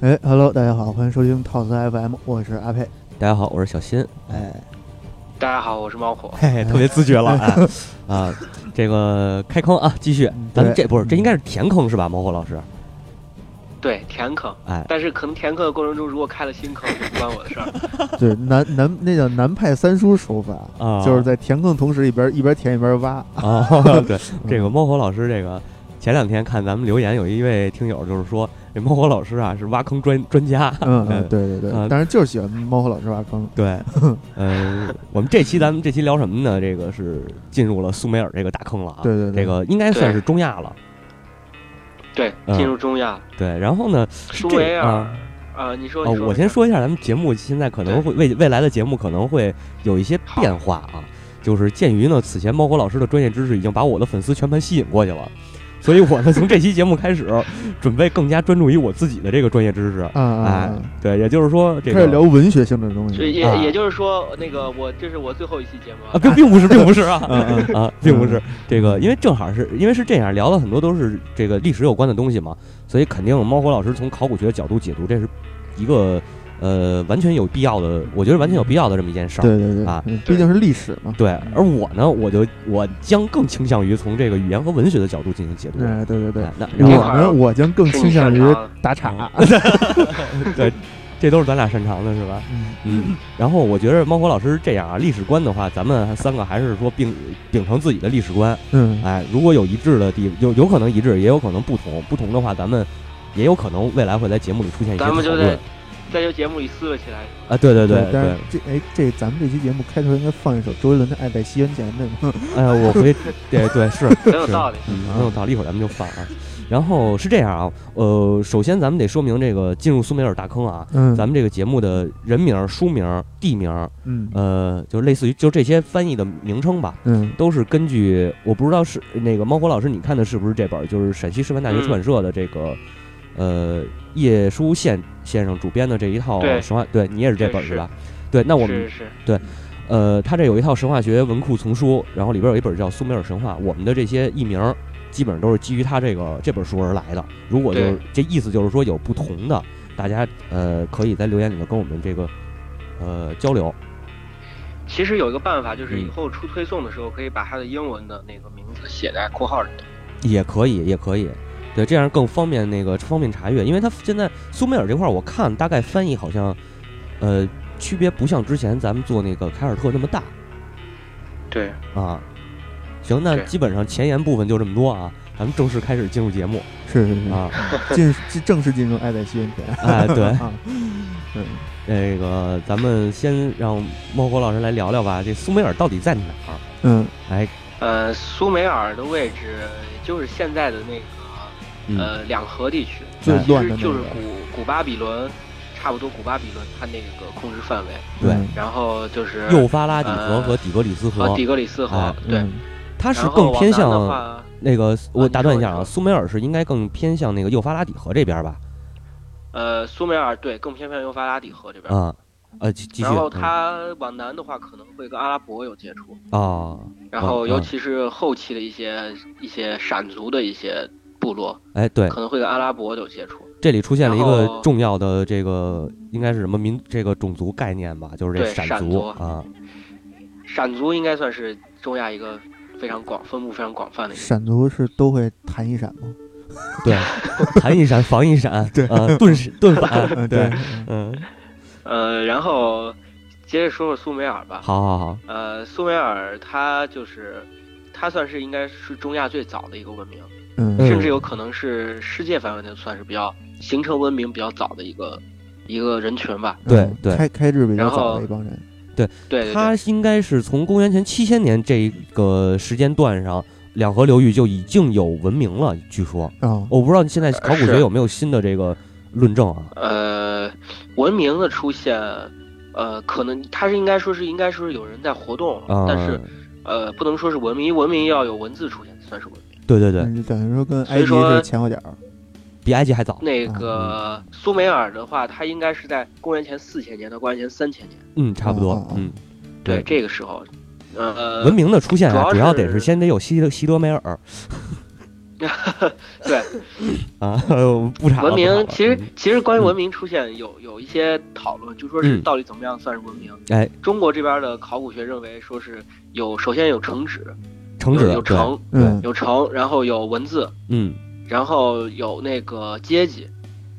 哎迎收听 Toss FM，我是阿佩。大家好，我是小新，哎， 大家好，我是猫火。嘿嘿，特别自觉了啊 啊！这个开坑啊，继续嗯，咱们对这不是这应该是填坑是吧？猫火老师，对，填坑，哎，但是可能填坑的过程中，如果开了新坑，就不关我的 事儿。就是南南那叫南派三叔手法，啊就是在填坑同时一边一边填一边 挖。啊，对，这个猫火老师，这个前两天看咱们留言，有一位听友就是说，这猫火老师啊是挖坑专专家，嗯，呃嗯对对对啊，但是就是喜欢猫和老师挖坑。对， 呃，我们这期咱们这期聊什么呢？这个是进入了苏美尔这个大坑了啊，对对对这个应该算是中亚了，对，嗯进入中亚，对，然后呢，苏这维尔啊啊，你说，啊你说，我先说一下，咱们节目现在可能会未未来的节目可能会有一些变化啊，就是鉴于呢，此前猫火老师的专业知识已经把我的粉丝全盘吸引过去了，所以我呢从这期节目开始，准备更加专注于我自己的这个专业知识。啊啊哎啊！，对，也就是说这开始聊个文学性的东所以西。也、啊也就是说，那个我这是我最后一期节目啊，啊，并并不是，并不是啊 嗯啊，并不是这个，因为正好是因为是这样，聊了很多都是这个历史有关的东西嘛，所以肯定猫火老师从考古学的角度解读，这是一个呃完全有必要的，我觉得完全有必要的这么一件事儿。对对对啊，嗯毕竟是历史嘛。对，而我呢，我就我将更倾向于从这个语言和文学的角度进行解读。哎，对对对哎，那我然后块儿们我将更倾向于是你擅长打岔。啊对，这都是咱俩擅长的，是吧？ 嗯嗯。然后我觉得猫火老师这样啊，历史观的话，咱们三个还是说秉秉承自己的历史观。嗯，哎，如果有一致的地，有有可能一致，也有可能不同。不同的话，咱们也有可能未来会在节目里出现一些咱讨们就论在。在这节目里撕了起来。啊，对对对但对是。这哎这咱们这期节目开头应该放一首周杰伦的《爱在西元前》对吗？哎，我回，对对 是，很有道理。嗯，很有道理，一会儿咱们就放啊。然后是这样啊，呃，首先咱们得说明这个进入苏美尔大坑啊，嗯，咱们这个节目的人名、书名、地名，嗯呃，就是类似于就这些翻译的名称吧，嗯都是根据我不知道是那个猫火老师你看的是不是这本，就是陕西师范大学嗯出版社的这个，呃，叶书宪先生主编的这一套对神话，对你也是这本是是吧？对，那我们是是，呃，他这有一套神话学文库丛书，然后里边有一本叫《苏美尔神话》，我们的这些译名儿基本上都是基于他这个这本书而来的。如果就是这意思就是说有不同的，大家呃可以在留言里头跟我们这个呃交流。其实有一个办法，就是嗯以后出推送的时候，可以把它的英文的那个名字写在括号里头。也可以，也可以，对，这样更方便那个方便查阅，因为它现在苏美尔这块儿，我看大概翻译好像，呃，区别不像之前咱们做那个凯尔特那么大对，啊。行，那对基本上前言部分就这么多啊，咱们正式开始进入节目是是是，啊。 进进正式进入《爱在西元前》 哎，对， 啊，嗯那个咱们先让猫火老师来聊聊吧，这苏美尔到底在哪儿？嗯哎，呃，苏美尔的位置就是现在的那个嗯，呃两河地区，最哎乱的那就是个嗯古古巴比伦，差不多古巴比伦它那个控制范围，对，嗯然后就是幼发拉底河和底格里斯河呃和，底格里斯河，哎对，嗯它是然后更偏往南的向话，那个，啊我你打断一说下你啊，说苏美尔是应该更偏向那个幼发拉底河这边吧？呃，苏美尔对更偏向幼发拉底河这边，啊，呃，继继续。然后嗯它往南的话可能会跟阿拉伯有接触，啊，然后嗯尤嗯其是后期的一些一些闪族的一些部落哎，对，可能会跟阿拉伯有接触，这里出现了一然个后重要的这个应该是什么民这个种族概念吧，就是这对闪闪族族啊，闪族应该算是中亚一个非常广分布非常广泛的一个闪族是都会弹一闪吗？ 对，弹一闪，防一闪，对啊，盾闪盾反，嗯， 对，，嗯，呃，然后接着说说苏美尔吧。好好好，呃，苏美尔它就是，它算是应该是中亚最早的一个文明，嗯嗯甚至有可能是世界范围内算是比较形成文明比较早的一个一个人群吧。对嗯对开开智比较然早后的一帮人，对对它对，应该是从公元前七千年这个时间段上，两河流域就已经有文明了，据说，嗯啊，我不知道现在考古学是有没有新的这个论证啊？呃，文明的出现，呃，可能它是应该说是应该说是有人在活动，啊，但是呃，不能说是文明，文明要有文字出现才算是文明。对对对，嗯就等于说跟所埃以及说是前后脚儿，比埃及还早，那个嗯苏美尔的话，它应该是在公元前四千年到公元前三千年，嗯，差不多啊啊，啊嗯，对这个时候，呃，文明的出现啊，主主要要得是是先得有西德西德梅尔，对，啊， 不查了。文不查明了其实嗯其实关于嗯文明出现有有一些讨论，就说是嗯到底怎么样算是文明。哎，中国这边的考古学认为说是有首先有城址，城址有有对城嗯，有城，然后有文字，嗯，然后有那个阶级，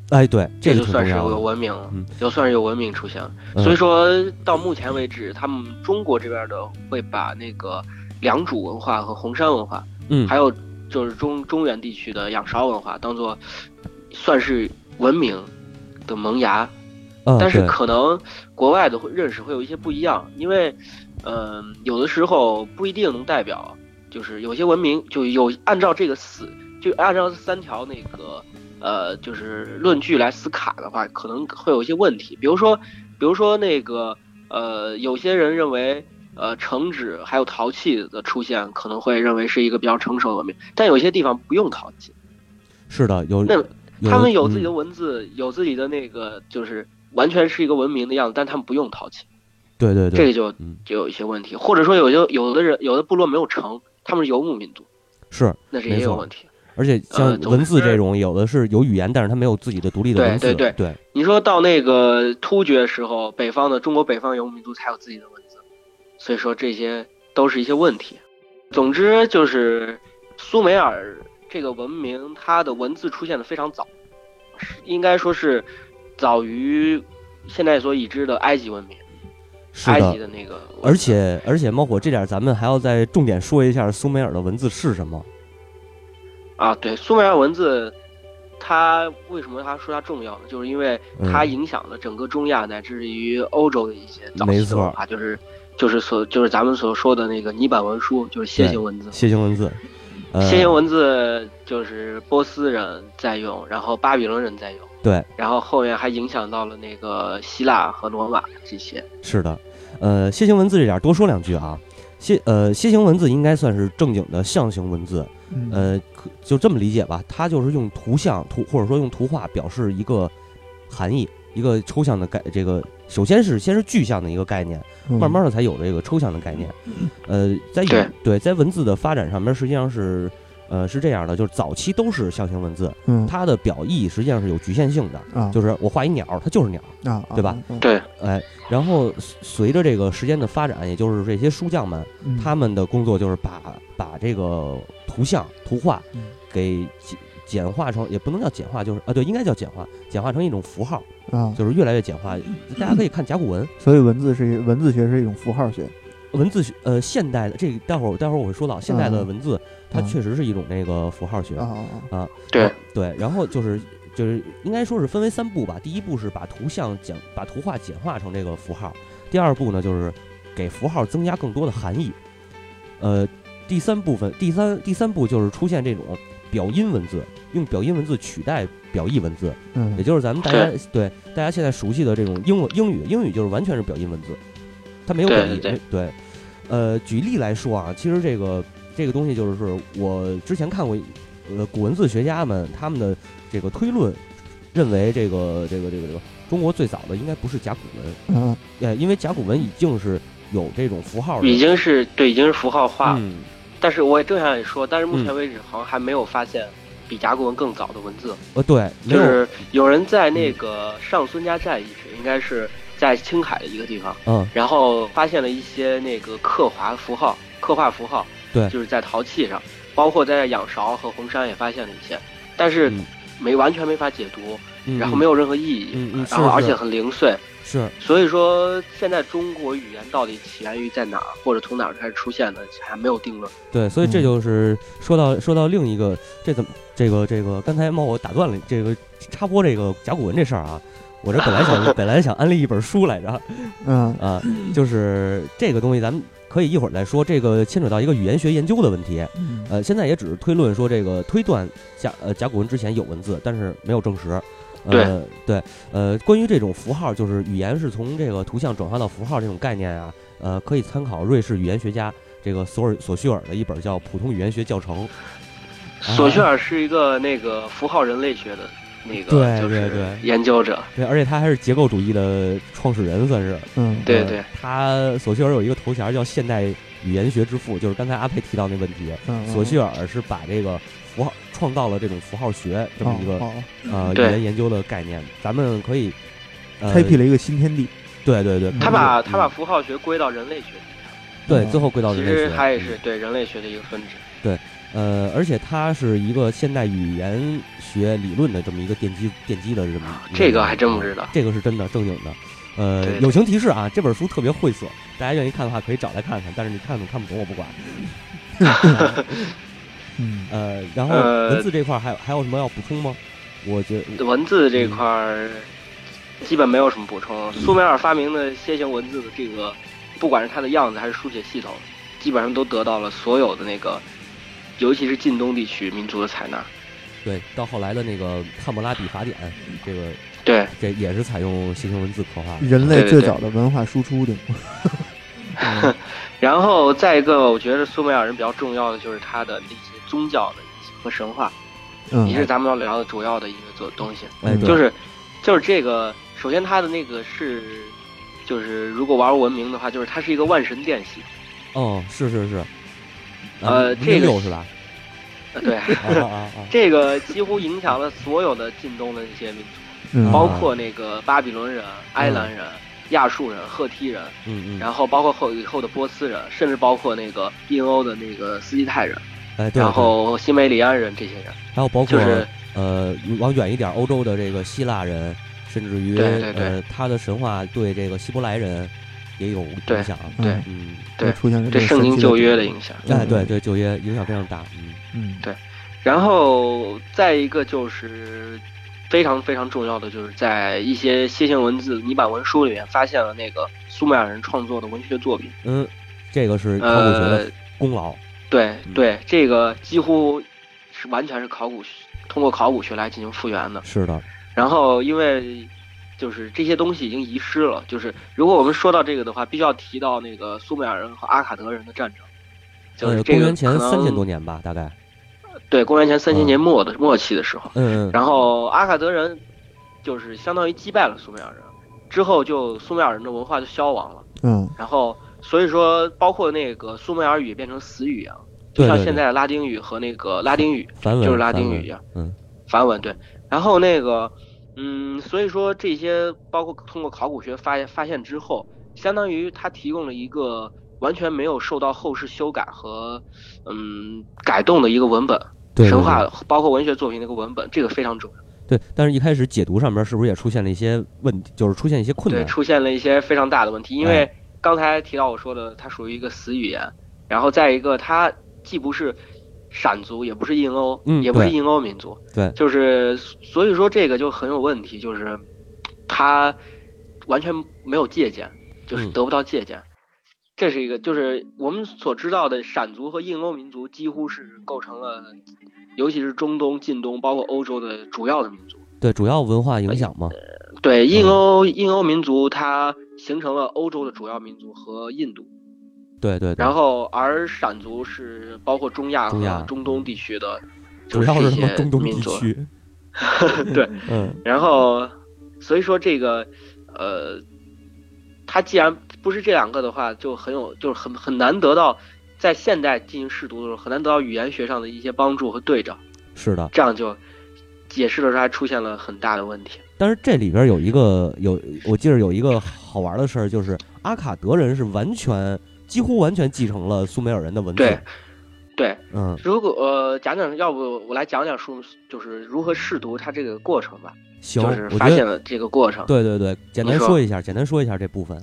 哎，对，这个就挺算重是要有的。文明了嗯，就算是有文明出现了。嗯所以说到目前为止，他们中国这边的会把那个良渚文化和红山文化，嗯还有就是中中原地区的仰韶文化当做算是文明的萌芽，嗯，但是对可能国外的会认识会有一些不一样，因为，嗯、有的时候不一定能代表，就是有些文明就有按照这个思，就按照这三条那个呃，就是论据来思考的话，可能会有一些问题，比如说，比如说那个呃，有些人认为。呃，橙纸还有陶器的出现，可能会认为是一个比较成熟的文明，但有些地方不用陶器，是的，有那他们有自己嗯的文字，有自己的那个，就是完全是一个文明的样子，但他们不用陶器，对对这对，个就嗯就有一些问题，或者说有些有的人有的部落没有城，他们是游牧民族，是，那是没也有错问题。而且像呃总文字之这种，有的是有语言，但是他没有自己的独立的对文字，对对，你说到那个突厥时候，北方的中国北方游牧民族才有自己的文字，所以说这些都是一些问题。总之就是苏美尔这个文明，它的文字出现的非常早，是应该说是早于现在所已知的埃及文明。是埃及的。的那个文字，而且而且，猫火这点咱们还要再重点说一下苏美尔的文字是什么。啊，对苏美尔文字，它为什么它说它重要呢？就是因为它嗯影响了整个中亚乃至于欧洲的一些早没期的错文化，就是就是所就是咱们所说的那个泥板文书，就是楔形文字。楔形文字，嗯呃，楔形文字就是波斯人在用，然后巴比伦人在用，对，然后后面还影响到了那个希腊和罗马这些。是的，呃，楔形文字这点儿多说两句啊。楔呃楔形文字应该算是正经的象形文字，嗯，呃，可就这么理解吧，它就是用图像图或者说用图画表示一个含义，一个抽象的概这个。首先是先是具象的一个概念，嗯慢慢的才有这个抽象的概念。呃，在对语对在文字的发展上面，实际上是呃是这样的，就是早期都是象形文字，嗯它的表意实际上是有局限性的，啊就是我画一鸟，它就是鸟。啊，对吧啊？啊对，哎，然后随随着这个时间的发展，也就是这些书匠们，嗯他们的工作就是把把这个图像、图画嗯给简简化成，也不能叫简化，就是啊，对，应该叫简化，简化成一种符号，啊，就是越来越简化。大家可以看甲骨文，所以文字是一文字学是一种符号学，文字学，呃，现代的这个待会儿待会儿我会说到，现代的嗯文字它嗯确实是一种那个符号学啊，啊啊对然后对，然后就是就是应该说是分为三步吧。第一步是把图像简把图画简化成这个符号，第二步呢就是给符号增加更多的含义，呃，第三部分第三第三步就是出现这种表音文字，用表音文字取代表意文字，嗯也就是咱们大家对大家现在熟悉的这种英文英语，英语就是完全是表音文字，它没有对表意。对没对，呃，举例来说啊，其实这个这个东西就是是我之前看过，呃，古文字学家们他们的这个推论，认为这个这个这个这个中国最早的应该不是甲骨文，嗯呃，因为甲骨文已经是有这种符号的，已经是对已经是符号化了，嗯，但是我也正想也说，但是目嗯前为止好像还没有发现比甲骨文更早的文字。呃，对，没就有，是有人在那个上孙家寨遗址，应该是在青海的一个地方，嗯，然后发现了一些那个刻划符号，刻画符号，对就是在陶器上，包括在仰韶和红山也发现了一些，但是嗯没完全没法解读，嗯然后没有任何意义，嗯嗯是然后而是且很零碎，是所以说现在中国语言到底起源于在哪儿，或者从哪儿开始出现的，还没有定论。对，所以嗯这就是说到说到另一个，这怎么这个这个刚才猫我打断了这个插播这个甲骨文这事儿啊，我这本来想本来想安利一本书来着嗯啊，就是这个东西咱们可以一会儿再说，这个牵扯到一个语言学研究的问题，嗯呃，现在也只是推论说这个推断甲呃甲骨文之前有文字，但是没有证实。呃，对，呃，关于这种符号，就是语言是从这个图像转化到符号这种概念啊，呃，可以参考瑞士语言学家这个索尔索绪尔的一本叫《普通语言学教程》。索绪啊尔是一个那个符号人类学的那对个就对是对研究者，对，而且他还是结构主义的创始人，算是。嗯对呃对他索绪尔有一个头衔叫现代语言学之父，就是刚才阿佩提到那问题，嗯索绪尔是把这个符号创创造了这种符号学这么一个、哦呃语嗯对言研究的概念。咱们可以、哦呃、开辟了一个新天地。对对对，嗯他把嗯他把符号学归到人类学，对最后归到其人类学，实它也是对人类学的一个分支。嗯呃，而且它是一个现代语言学理论的这么一个奠基奠基的这么一啊这个还真不知道啊这个是真的正经的。呃对，友情提示啊，这本书特别晦涩，大家愿意看的话可以找来看看，但是你看懂看不懂我不管。嗯，呃，然后呃文字这块儿还有还有什么要补充吗？我觉得嗯文字这块儿基本没有什么补充。嗯苏美尔发明的楔形文字的这个，不管是它的样子还是书写系统，基本上都得到了所有的那个，尤其是近东地区民族的采纳。对，到后来的那个《汉谟拉比法典》，这个对，这也是采用楔形文字刻画的。人类对对最对早的文化输出嗯 的，然后再一个，我觉得苏美尔人比较重要的就是他的那些宗教的和神话，嗯也是咱们要聊的主要的一个做东西。哎，对就是就是这个，首先它的那个是，就是如果玩过文明的话，就是它是一个万神殿系，哦，是是是，啊呃这个六是 吧？呃对，啊啊啊啊！这个几乎影响了所有的近东的那些民族，嗯包括那个巴比伦人、埃兰人、亚述人、赫梯人，嗯嗯，然后包括后以后的波斯人，甚至包括那个印欧的那个斯基泰人，哎，对，对然后西美里安人这些人，还有包括就是呃，往远一点，欧洲的这个希腊人，甚至于对对对呃，他的神话对这个希伯来人也有对影响。对嗯，对出现了对个圣神经奇的旧约的影响。哎，对，对，旧约影响非常大。嗯，嗯，对然后再一个就是非常非常重要的，就是在一些楔形文字泥板文书里面发现了那个苏美尔人创作的文学作品。嗯，这个是考古学呃的，功劳。对嗯对，这个几乎是完全是考古学通过考古学来进行复原的。是的，然后因为就是这些东西已经遗失了，就是如果我们说到这个的话，必须要提到那个苏美尔人和阿卡德人的战争，就是呃，这公个元前可能三千多年吧，大概。对公元前三嗯千年末的末期的时候。嗯，嗯然后阿卡德人就是相当于击败了苏美尔人，之后就苏美尔人的文化就消亡了。嗯然后所以说，包括那个苏美尔语变成死语一样，就对像对现对在的拉丁语和那个拉丁语梵文就是拉丁梵语啊文一样，嗯，梵文对。然后那个，嗯，所以说这些包括通过考古学发发现之后，相当于它提供了一个完全没有受到后世修改和嗯改动的一个文本，对对神对话包括文学作品的一个文本，这个非常重要。对，但是一开始解读上面是不是也出现了一些问题，就是出现一些困对，难？哎出现了一些非常大的问题，因为刚才提到我说的，它属于一个死语言，然后再一个，它既不是闪族，也不是印欧，嗯也不是对印欧民族，对就是所以说这个就很有问题，就是它完全没有借鉴，就是嗯得不到借鉴。这是一个，就是我们所知道的闪族和印欧民族几乎是构成了，尤其是中东、近东，包括欧洲的主要的民族。对，主要文化影响嘛。嗯对，印欧印欧民族它形成了欧洲的主要民族和印度，对对对然。后而闪族是包括中亚中亚嗯和中东地区的，就主要这是什么些中东民地族。区？ 对，嗯，然后所以说这个，呃，它既然不是这两个的话，就很有就是很很难得到在现代进行试读的时候，很难得到语言学上的一些帮助和对照，是的。这样就解释的时候还出现了很大的问题。但是这里边有一个有，我记得有一个好玩的事儿，就是阿卡德人是完全几乎完全继承了苏美尔人的文字对。对，嗯，如果呃讲讲，要不我来讲讲书，就是如何试读它这个过程吧，行，就是我发觉现得了这个过程。对对对，简单你说说一下，简单说一下这部分。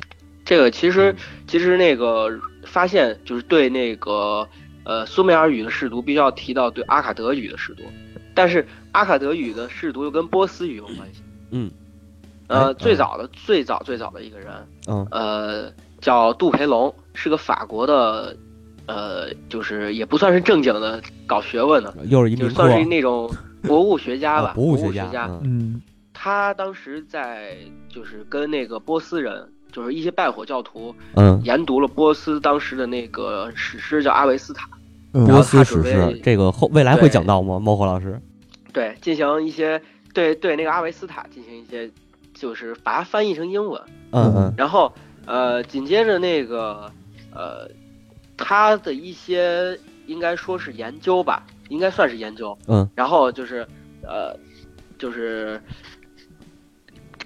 这个其嗯实其实那个发现就是对那个呃苏美尔语的试读，必须要提到对阿卡德语的试读，但是阿卡德语的试读又跟波斯语有关系。嗯，哎呃，嗯最早的最早最早的一个人，嗯呃，叫杜培龙，是个法国的，呃，就是也不算是正经的搞学问的，又是一就民算是国那种博物学家吧啊，博物学学家，嗯嗯他当时在就是跟那个波斯人，就是一些拜火教徒，嗯，研读了波斯当时的那个史诗叫《阿维斯塔》，嗯，波斯他史准诗备这个后未来会对讲到吗？猫火老师？对，进行一些对对那个阿维斯塔进行一些，就是把它翻译成英文，嗯嗯嗯然后呃，紧接着那个呃，他的一些应该说是研究吧，应该算是研究。嗯，然后就是呃，就是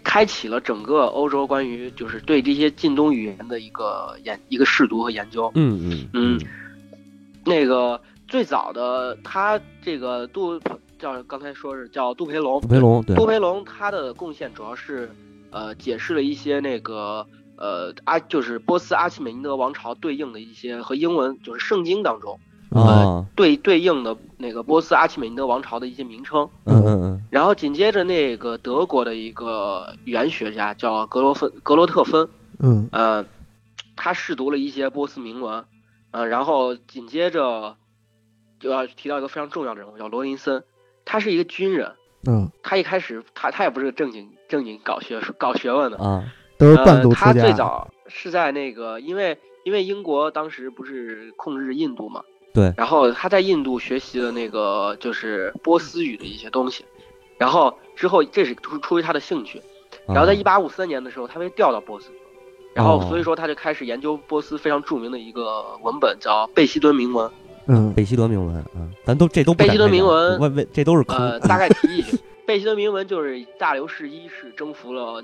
开启了整个欧洲关于就是对这些近东语言的一个研一个试读和研究。嗯嗯那个最早的他这个杜叫刚才说是叫杜培龙，杜培龙对，杜培龙他的贡献主要是呃解释了一些那个呃阿就是波斯阿契美尼德王朝对应的一些和英文就是圣经当中啊，对对应的那个波斯阿契美尼德王朝的一些名称。嗯嗯嗯，然后紧接着那个德国的一个语言学家叫格罗芬格罗特芬，嗯呃，他试读了一些波斯铭文，呃，然后紧接着就要提到一个非常重要的人物叫罗林森，他是一个军人。嗯，他一开始他他也不是正经正经搞学术搞学问的，啊都是半呃路，出他家啊最。早是在那个因为因为英国当时不是控制印度嘛，对然后他在印度学习了那个就是波斯语的一些东西，然后之后这是出出于他的兴趣，然哦啊后在一八五三年的时候他被调到波斯，然后所以说他就开始研究波斯非常著名的一个文本叫贝希敦铭文，嗯，贝希德铭文啊，咱都这都问问这都是坑呃，大概提一句，贝希顿铭文就是大流士一世征服了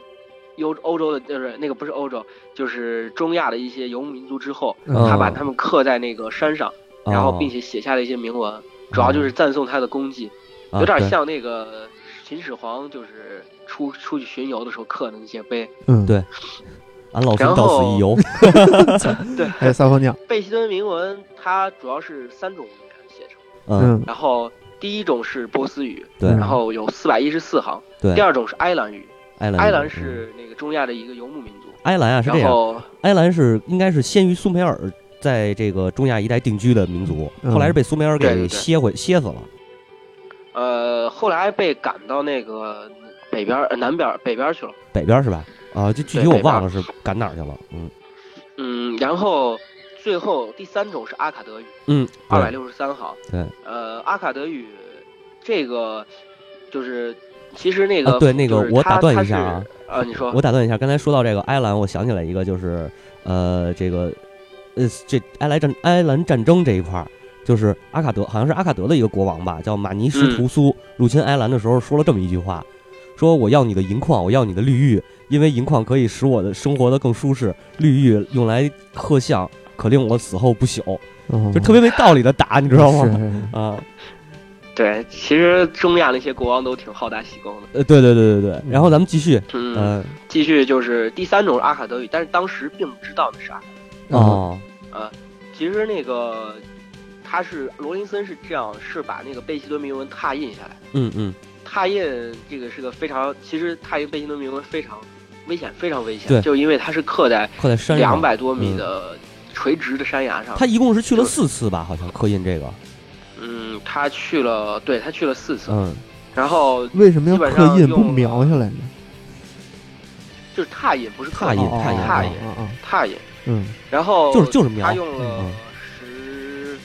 欧欧洲的，就是那个不是欧洲，就是中亚的一些游牧民族之后，他把他们刻在那个山上，哦然后并且写下了一些铭文，主要就是赞颂他的功绩，啊哦有点像那个秦始皇就是出出去巡游的时候刻的那些碑。嗯，对俺老孙到此一 游，还有撒泡尿。贝希顿铭文它主要是三种语言写成，嗯嗯然后第一种是波斯语，对然后有四百一十四行，嗯对第，二种是埃兰语。埃兰埃兰是那个中亚的一个游牧民族，埃兰啊是这然样，后埃兰是应该是先于苏美尔在这个中亚一带定居的民族，嗯后来是被苏美尔对对给对歇回歇死了。呃，后来被赶到那个北边儿、呃南边儿、北边儿去了。北边是吧？啊，这具体对我北边忘了是赶哪儿去了。嗯嗯，然后最后第三种是阿卡德语，嗯，二百对六十三行。对，呃，阿卡德语这个就是其实那啊个、对那个就是我它打断它一下是啊呃，你说我打断一下，刚才说到这个埃兰，我想起来一个，就是呃，这个呃，这埃兰战埃兰战争这一块儿，就是阿卡德好像是阿卡德的一个国王吧，叫马尼什嗯图苏、入侵埃兰的时候说了这么一句话，说我要你的银矿，我要你的绿玉，因为银矿可以使我的生活的更舒适，绿玉用来贺相，可令我死后不朽，嗯，就特别没道理的打，你知道是吗？是是啊，对，其实中亚那些国王都挺好大喜功的。呃，对对对对对，然后咱们继续，嗯，呃，继续就是第三种是阿卡德语，但是当时并不知道那是阿卡德语。嗯哦，其实那个他是罗林森是这样，是把那个贝希顿铭文拓印下来的。嗯嗯，拓印这个是个非常，其实拓印贝希顿铭文非常危险，非常危对险，就因为它是刻在刻在山上嗯两。百多米的垂直的山崖上。他一共是去了就是四次吧，好像刻印这个，嗯，他去了，对他去了四次，嗯，然后为什么要基本刻上印用不描下来呢？就是拓印，不是刻拓印哦哦拓印哦拓印哦哦哦拓印，嗯然后啊就是就是描他用了嗯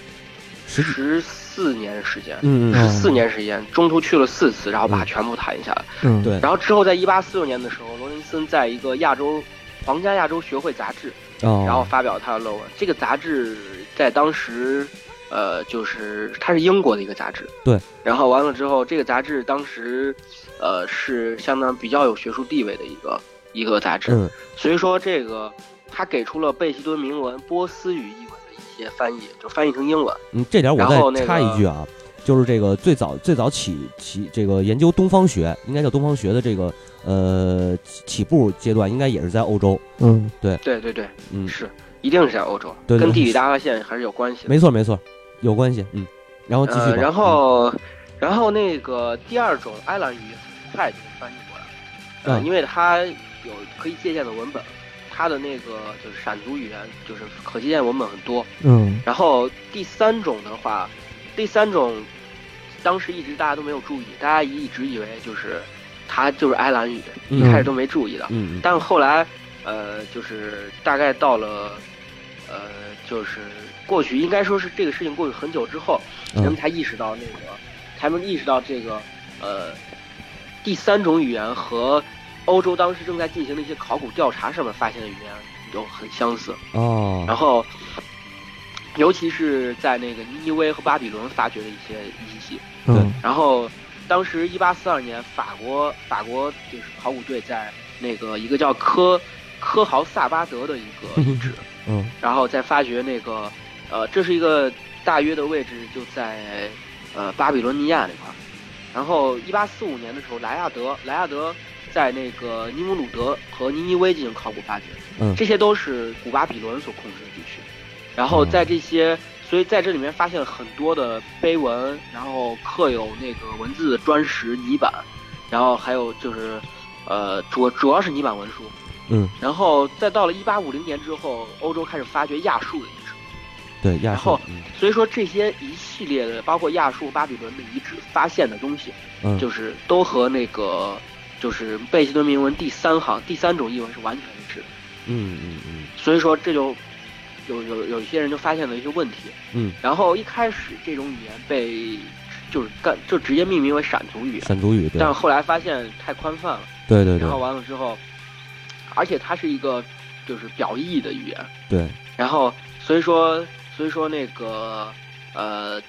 十十几，十四年时间。嗯十嗯，四年时间，中途去了四次，然后把它嗯全部拓印下来。嗯，对然后之后，在一八四六年的时候，罗林森在一个亚洲皇家亚洲学会杂志，哦，然后发表他的论文。这个杂志在当时，呃，就是它是英国的一个杂志。对。然后完了之后，这个杂志当时，呃，是相当比较有学术地位的一个一个杂志。嗯所以说，这个他给出了贝希敦铭文波斯语译文的一些翻译，就翻译成英文。嗯，这点我然后那再个插一句啊，就是这个最早最早起起这个研究东方学，应该叫东方学的这个呃起起步阶段，应该也是在欧洲，嗯对对对，嗯，是，一定是在欧洲，对对跟地理大发现还是有关系的。没错没错，有关系，嗯，然后继续吧，嗯呃，然后，然后那个第二种埃兰语泰语翻译过来，呃，嗯因为它有可以借鉴的文本，它的那个就是闪族语言，就是可借鉴文本很多。嗯然后第三种的话，第三种当时一直大家都没有注意，大家一直以为就是它就是埃兰语，嗯一开始都没注意到，嗯嗯但后来，呃，就是大概到了，呃，就是过去应该说是这个事情过去很久之后，嗯人们才意识到那个，才们意识到这个，呃，第三种语言和欧洲当时正在进行的一些嗯考古调查上面发现的语言有很相似。哦然后，尤其是在那个尼威和巴比伦发掘的一些遗迹。嗯然后，当时一八四二年，法国法国就是考古队在那个一个叫科科豪萨巴德的一个遗址，嗯然后再发掘那个，呃，这是一个大约的位置就在呃巴比伦尼亚那块儿。然后，一八四五年的时候，莱亚德莱亚德在那个尼姆鲁德和尼尼微进行考古发掘，嗯这些都是古巴比伦所控制的地区。然后在这些，所以在这里面发现了很多的碑文，然后刻有那个文字、砖石、泥板，然后还有就是，呃，主主要是泥板文书。嗯，然后再到了一八五零年之后，欧洲开始发掘亚述的遗址，对，亚然述后，嗯所以说这些一系列的，包括亚述、巴比伦的遗址发现的东西，嗯，就是都和那个就是贝希顿铭文第三行第三种译文是完全一致的。嗯嗯嗯所以说这就有有有一些人就发现了一些问题，嗯，然后一开始这种语言被就是干就直接命名为闪族语言，闪族语，对但是后来发现太宽泛了，对对然后对完了之后，而且它是一个就是表意的语言，对，然后所以说所以说那个呃。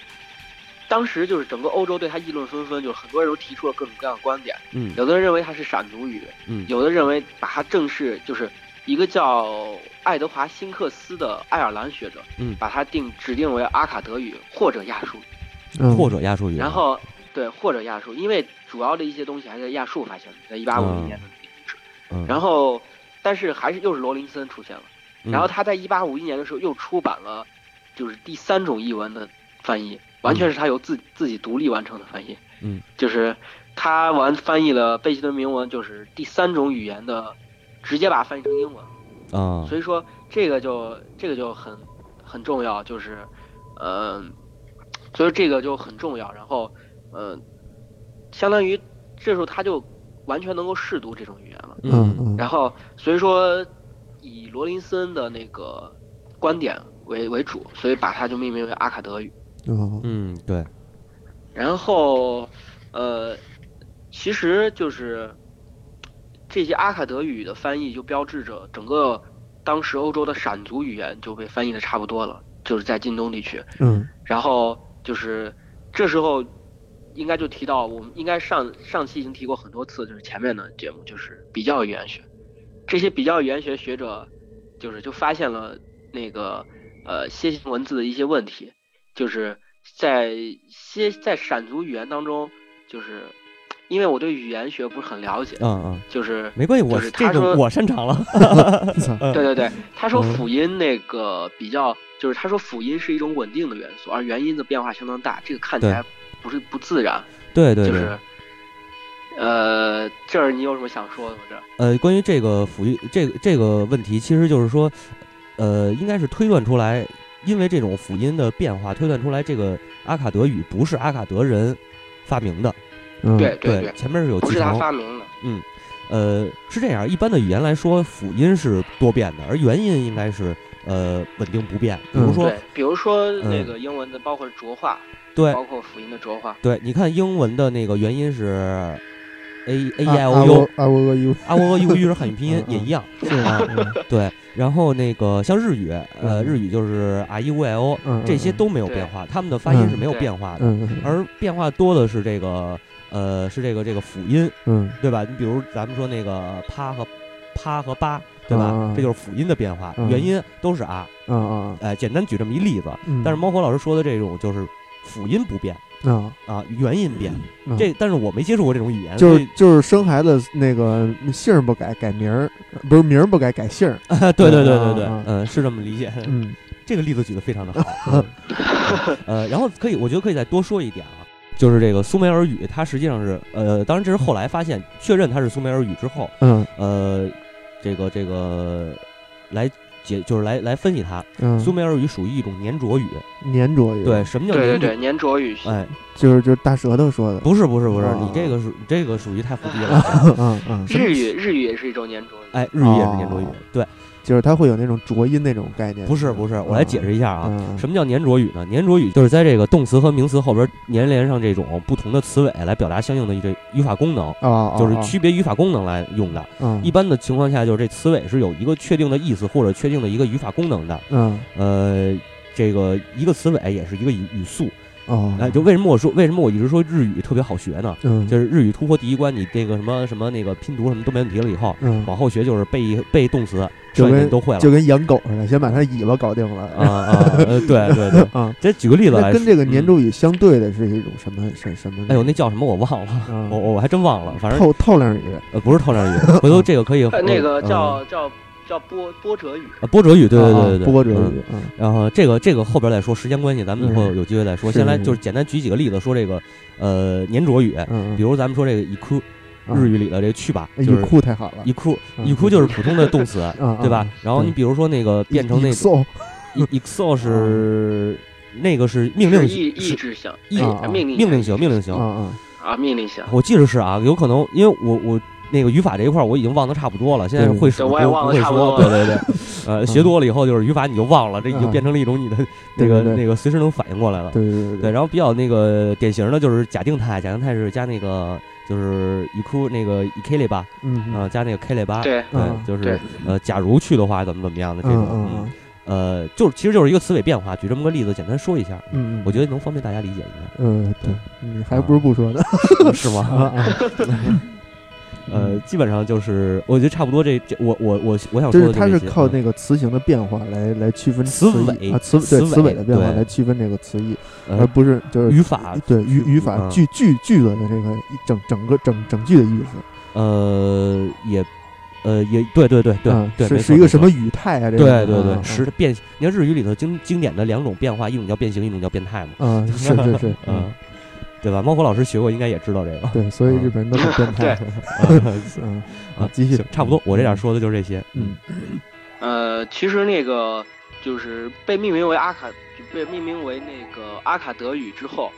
当时就是整个欧洲对他议论纷纷，就是很多人都提出了各种各样的观点，嗯有的人认为它是闪族语，嗯有的认为把它正式就是一个叫爱德华辛克斯的爱尔兰学者，嗯把它定指定为阿卡德语或者亚述，嗯，或者亚述语，然后对或者亚述，因为主要的一些东西还在亚述发现的，在一八五零年的遗址，啊嗯，然后但是还是又是罗林森出现了，嗯然后他在一八五一年的时候又出版了就是第三种译文的翻译，完全是他由自自己独立完成的翻译，嗯，就是他完翻译了贝希顿铭文，就是第三种语言的，直接把它翻译成英文。啊，所以说这个就这个就很很重要，就是，呃，所以这个就很重要。然后，呃，相当于这时候他就完全能够试读这种语言了。嗯嗯嗯，然后，所以说以罗林森的那个观点为为主，所以把它就命名为阿卡德语。嗯嗯对，然后，呃，其实就是这些阿卡德语的翻译，就标志着整个当时欧洲的闪族语言就被翻译的差不多了，就是在近东地区。嗯 然后就是这时候，应该就提到我们应该上上期已经提过很多次，就是前面的节目就是比较语言学，这些比较语言学学者就是就发现了那个呃楔形文字的一些问题，就是在楔在闪族语言当中，就是因为我对语言学不是很了解，嗯嗯，就是没关系，我就是他这个说我擅长了，操 对对对，他说嗯辅音那个比较，就是他说辅音是一种稳定的元素，而元音的变化相当大，这个看起对来不是不自然，对对就对是，，呃，这儿你有什么想说的吗？这儿呃，关于这个抚育这个这个问题，其实就是说，呃，应该是推断出来，因为这种辅音的变化，推断出来这个阿卡德语不是阿卡德人发明的，嗯，对对对，前面是有不继是他承。发明的，呃，是这样，一般的语言来说，辅音是多变的，而元音应该是呃稳定不变。比如嗯说，对，比如说那嗯个英文的，包括浊化，对包括辅音的浊化，对，你看英文的那个元音是 a a i 啊 o u，啊我我有啊喔呃 u 是汉语拼音嗯嗯也一样。是吗？嗯对，然后那个像日语，呃，嗯日语就是 r e u i o，嗯，这些都没有对变化，他们的发音是嗯没有对变化的，嗯嗯而变化多的是这个呃是这个这个辅音，嗯对吧？你比如咱们说那个啪和啪和八，对嗯吧嗯？这就是辅音的变化，嗯元音都是 r。啊啊，呃，简单举这么一例子，嗯但是猫火老师说的这种就是辅音不变啊，啊，元音变。嗯这但是我没接触过这种语言，就所是以就是生孩子那个姓儿不改，改名儿，不是名儿不改，改姓儿。 对对对对啊对啊，嗯，是这么理解。嗯这个例子举得非常的好。嗯呃，然后可以，我觉得可以再多说一点啊，就是这个苏美尔语，它实际上是呃，当然这是后来发现确认它是苏美尔语之后，嗯呃，这个这个来解就是来来分析它，嗯，苏美尔语属于一种粘着语。粘着语，对，，什么叫对对粘着？对，粘着语系，哎，就是就是大舌头说的。不是不是不是，哦你这个属这个属于 太胡逼了。嗯嗯，日语日语也是一种粘着语，哎，日语也是粘着语哦，对，就是它会有那种浊音那种概念。嗯不是不是，我来解释一下啊。啊什么叫粘着语呢？粘着语就是在这个动词和名词后边粘连上这种不同的词尾，来表达相应的这语法功能，啊，就是区别语法功能来用的。嗯一般的情况下，就是这词尾是有一个确定的意思或者确定的一个语法功能的。嗯呃，这个一个词尾也是一个语语速。哦，哎，就为什么我说为什么我一直说日语特别好学呢？嗯，就是日语突破第一关，你这个什么什么那个拼读什么都没问题了，以后嗯，往后学就是背背动词，就剩下跟你都会了就。跟养狗似的，先把它尾巴搞定了。啊啊，呃对对对， 啊，这举个例子那来跟说，这个年嗯终语相对的是一种什么什什么？哎呦，那哦叫什么我 忘了，嗯我我我还真忘了，反正透透亮语，呃不是透 亮语，回头这个可以呃那个嗯叫叫叫波波折语，啊波折语，对对啊对对，对波折。嗯语，嗯然后这个这个后边再说，时间关系，咱们以后嗯有机会再说。是先来是就是简单举几个例子，说这个呃粘着语，嗯，比如咱们说这个一哭，嗯日语里的这个去吧，哎就是语库太好了，一哭嗯一哭就是普通的动词，啊，对吧？然后你比如说那个变成那个搜 exo 是那个是命是令意意是志型，意哎嗯啊命令命令型命令型啊，啊，啊命令型，我记得是啊，有可能因为我我那个语法这一块儿我已经忘得差不多了，现在对会数对不我也忘不得会差不说，多对了对对， 呃，学多了以后就是语法你就忘了，这已经啊变成了一种你 的那对个对对那个随时能反应过来了。对对对，对，然后比较那个典型的就是假定态，假定态是加那个就是一哭那个一 k 类吧，嗯啊，加那个 k 类吧，对嗯对，就对是呃，假如去的话怎么怎么样的这种，嗯呃，就是其实就是一个词尾变化，举这么个例子简单说一下，嗯，我觉得能方便大家理解一嗯对，你还不是不说呢 下，是啊吗？啊，呃，基本上就是我觉得差不多这这我我我我想就说是的它这是些靠嗯那个词形的变化来来区分词义尾啊词词对词尾尾的变化对来区分这个词义，呃而不是就是语法对语语嗯法句句句子的这个一整整个整整句的意思，呃也呃也对对对对啊对，是没是错一没个什错么语态啊？这对对啊对，啊时的变，你看日语里头经经典的两种变化，一种叫变形，一种叫变态嘛，啊，是是是， 嗯，对吧？猫火老师学过，应该也知道这个。 对，所以嗯日本人都很变态， 嗯啊啊，继续行，差不多，我这点说的就是这些。嗯，呃，其实那个就是被命名为阿卡，就被命名为那个阿卡德语之后，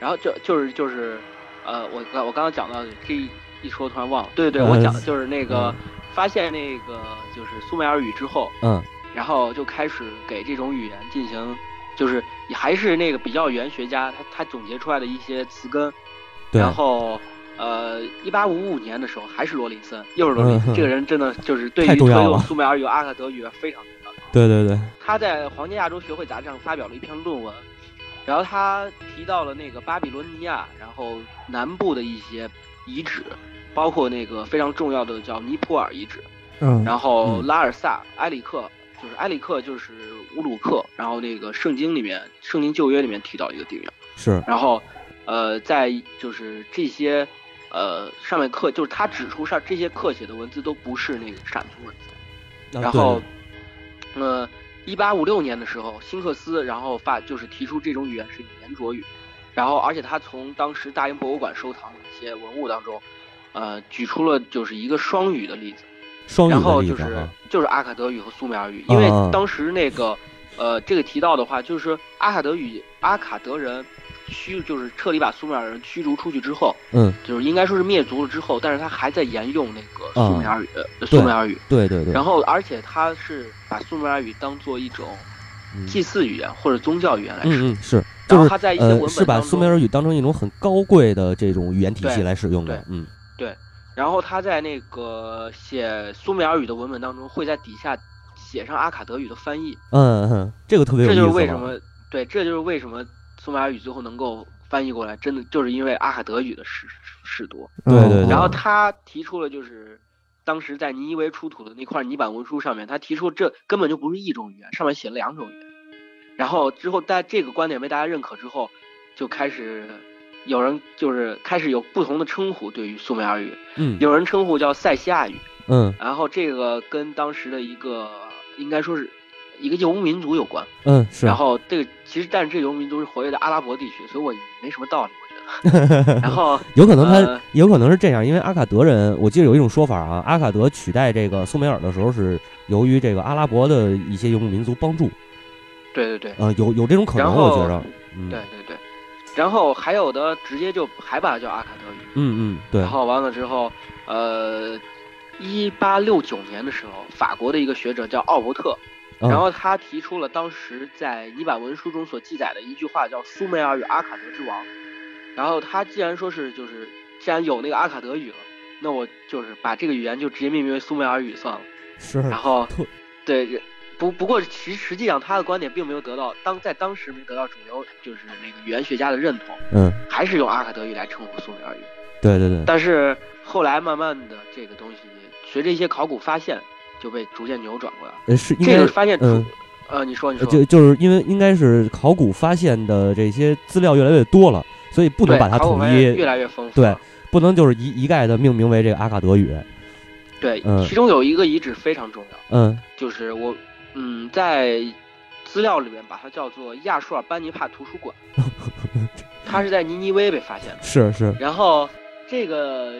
然后就就是就是，呃，我刚我刚刚讲到的这一一说突然忘了，对对对，我呃讲的就是那个、发现那个就是苏美尔语之后，嗯，然后就开始给这种语言进行，就是还是那个比较语言学家他他总结出来的一些词根，对，然后。呃，一八五五年的时候，还是罗林森，又是罗林森。嗯这个人真的就是对太于重推要了动苏美尔语、阿卡德语非常重要。对对对，他在《皇家亚洲学会》杂志上发表了一篇论文，然后他提到了那个巴比伦尼亚，然后南部的一些遗址，包括那个非常重要的叫尼泊尔遗址，嗯，然后嗯拉尔萨、埃里克，就是埃里克就是乌鲁克，然后那个圣经里面，圣经旧约里面提到一个地名，是，然后，呃，在就是这些，呃，上面刻就是他指出上这些刻写的文字都不是那个闪族文字。啊然后，呃，一八五六年的时候，辛克斯然后发就是提出这种语言是粘着语，然后而且他从当时大英博物馆收藏的一些文物当中，呃，举出了就是一个双语的例子，对双语然的后例就子是啊，就是阿卡德语和苏美尔语，啊因为啊当时那个，呃，这个提到的话就是阿卡德语阿卡德人。驱就是彻底把苏美尔人驱逐出去之后，嗯，就是应该说是灭族了之后，但是他还在沿用那个苏美尔语，呃啊对苏美尔语，对对对，然后，而且他是把苏美尔语当做一种嗯祭祀语言或者宗教语言来使用，嗯嗯是，然就后是他在一些文呃本是把当苏美中，尔语当成一种很高贵的这种语言体系对来使用的对，嗯然后他在那个写苏美尔语的文本当中，会在底下写上阿卡德语的翻译，嗯嗯，这个特别有意这思就了。是为什么对，这就是为什么苏美尔语最后能够翻译过来，真的就是因为阿卡德语的试试读。对对对然后嗯他提出了就是。当时在尼尼微出土的那块泥板文书上面，他提出这根本就不是一种语言，上面写了两种语言。然后之后，在这个观点被大家认可之后，就开始有人就是开始有不同的称呼对于苏美尔语，嗯有人称呼叫塞西亚语，嗯然后这个跟当时的一个应该说是一个游牧民族有关。嗯是，然后这个其实但是这个游牧民族是活跃在阿拉伯地区，所以我没什么道理，我觉 得。然后有可能他、呃有可能是这样，因为阿卡德人，我记得有一种说法啊，阿卡德取代这个苏美尔的时候是由于这个阿拉伯的一些游牧民族帮助，对对对，呃，有有这种可能，然后我觉着，嗯，对对对，然后还有的直接就还把它叫阿卡德语，嗯嗯，对然，后完了之后，呃，一八六九年的时候，法国的一个学者叫奥伯特，嗯然后他提出了当时在泥板文书中所记载的一句话叫“苏美尔与阿卡德之王”，然后他既然说是就是既然有那个阿卡德语了，那我就是把这个语言就直接命名为苏美尔语算了，是，然后特对。不不过其实际上他的观点并没有得到当在当时没得到主流就是那个语言学家的认同，嗯，还是用阿卡德语来称呼苏美尔语。对对对，但是后来慢慢的这个东西随着一些考古发现就被逐渐扭转过来了。呃是应这该个发现出，嗯呃，你说你呃说，就就是因为应该是考古发现的这些资料越来越多了，所以不能对，把它考古统发现一越，来越丰富对了。不能就是一一概的命名为这个阿卡德语。对嗯其中有一个遗址非常重要，嗯就是我嗯在资料里面把它叫做亚述尔班尼帕图 书馆，它是在尼尼微被发现的。是是，然后这个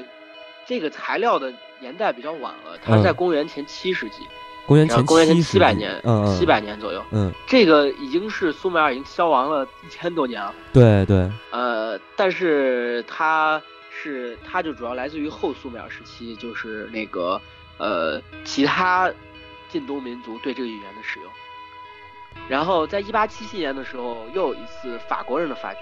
这个材料的年代比较晚了，它嗯是在公元前七世纪，公元然后前公元前七七百年，嗯嗯，七百年左右。嗯，这个已经是苏美尔已经消亡了一千多年了，对对，呃，但是它是它就主要来自于后苏美尔时期，就是那个呃其他近东民族对这个语言的使用。然后在一八七七年的时候，又有一次法国人的发掘，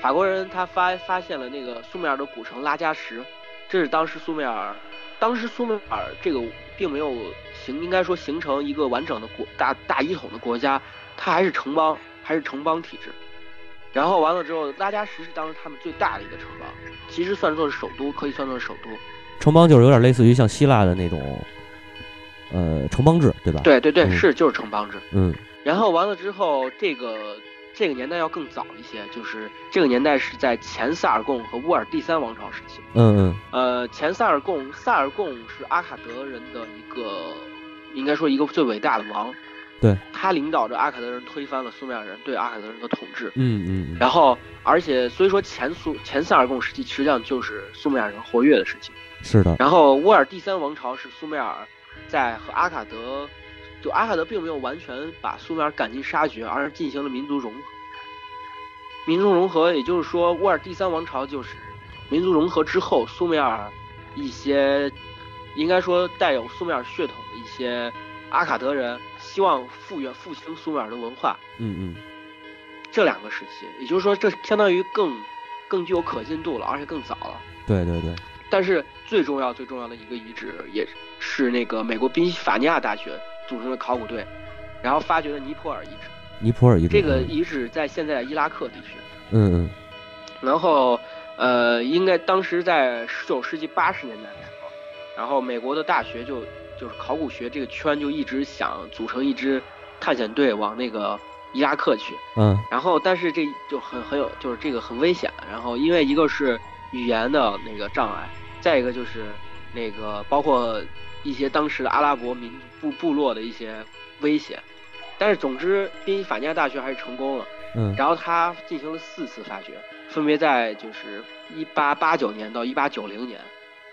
法国人他发发现了那个苏美尔的古城拉加什，这是当时苏美尔，当时苏美尔这个并没有形，应该说形成一个完整的国大大一统的国家，它还是城邦，还是城邦体制。然后完了之后，拉加什是当时他们最大的一个城邦，其实算作是首都，可以算作是首都。城邦就是有点类似于像希腊的那种，呃，城邦制，对吧？，对对对，嗯是就是城邦制。嗯然后完了之后，这个这个年代要更早一些，就是这个年代是在前萨尔贡和乌尔第三王朝时期。嗯嗯，呃，前萨尔贡，萨尔贡是阿卡德人的一个，应该说一个最伟大的王。对，他领导着阿卡德人推翻了苏美尔人对阿卡德人的统治。嗯嗯嗯，然后，而且所以说前苏前萨尔贡时期实际上就是苏美尔人活跃的时期。是的，然后乌尔第三王朝是苏美尔在和阿卡德，就阿卡德并没有完全把苏美尔赶尽杀绝，而是进行了民族融合。民族融合，也就是说乌尔第三王朝就是民族融合之后，苏美尔一些应该说带有苏美尔血统的一些阿卡德人，希望复原复兴苏美尔的文化，嗯嗯，这两个时期，也就是说这相当于更更具有可信度了，而且更早了。对对对，但是最重要最重要的一个遗址，也是那个美国宾夕法尼亚大学组织的考古队，然后发掘了尼泊尔遗址。尼泊尔遗址，这个遗址在现在的伊拉克地区，嗯嗯然后呃，应该当时在十九世纪八十年代的时候，然后美国的大学就就是考古学这个圈就一直想组成一支探险队往那个伊拉克去，嗯然后但是这就很很有，就是这个很危险。然后因为一个是语言的那个障碍，再一个就是那个包括一些当时的阿拉伯民族部部落的一些威胁。但是总之，宾夕法尼亚大学还是成功了。嗯然后他进行了四次发掘，分别在就是一八八九年到一八九零年，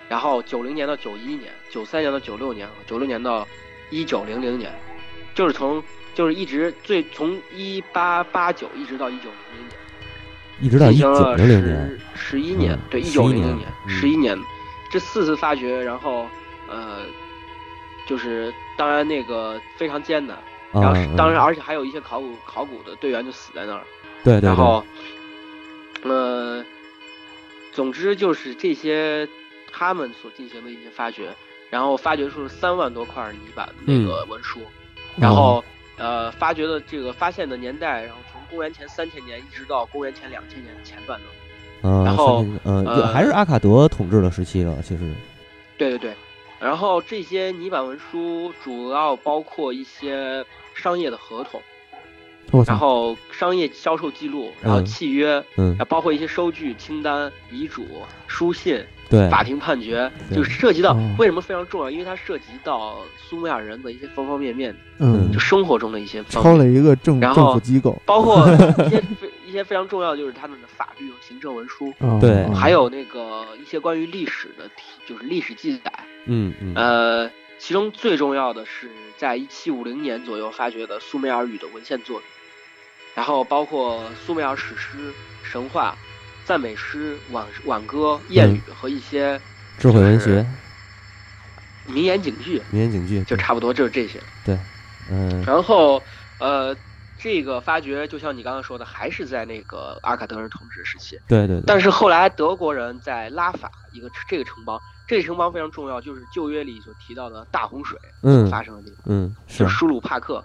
然后九零年到九一年，九三年到九六年，九六年到一九零零年，就是从就是一直最从一八八九一直到一九零零年，一直到一进行九了零零年，十十一年嗯，对，一11九零零年年，嗯十一年，这四次发掘，然后呃，就是当然那个非常艰难，然啊后是，当然而且还有一些考古考古的队员就死在那儿。对对对，然后，呃，总之就是这些他们所进行的一些发掘，然后发掘出了三万多块泥板那个文书，然后呃发掘的这个发现的年代，然后从公元前三千年一直到公元前两千年的前半段。然然后嗯，呃就还是阿卡德统治的时期了，其实，对对对，然后这些泥板文书主要包括一些商业的合同，我然操，后商业销售记录，然后嗯契约，嗯啊，包括一些收据、清单、遗嘱、书信。对，法庭判决，对就涉及到哦为什么非常重要，因为它涉及到苏美尔人的一些方方面面，嗯就，生活中的一些方抄面，了一个政然政后府机构，包括一些非一些非常重要的就是他们的法律和行政文书，哦对哦还有那个一些关于历史的题，就是历史记载。嗯嗯呃，其中最重要的是在一七五零年左右发掘的苏美尔语的文献作品，然后包括苏美尔史诗、神话、赞美诗、挽挽歌、谚语和一些嗯智慧文学、名言警句。民间警句，就差不多就是这些。嗯然后，呃，这个发掘就像你刚刚说的，还是在那个阿卡德人统治时期。对对对，但是后来德国人在拉法一个这个城邦，这个城邦非常重要，就是旧约里所提到的大洪水嗯发生的地方，嗯就是是舒鲁帕克。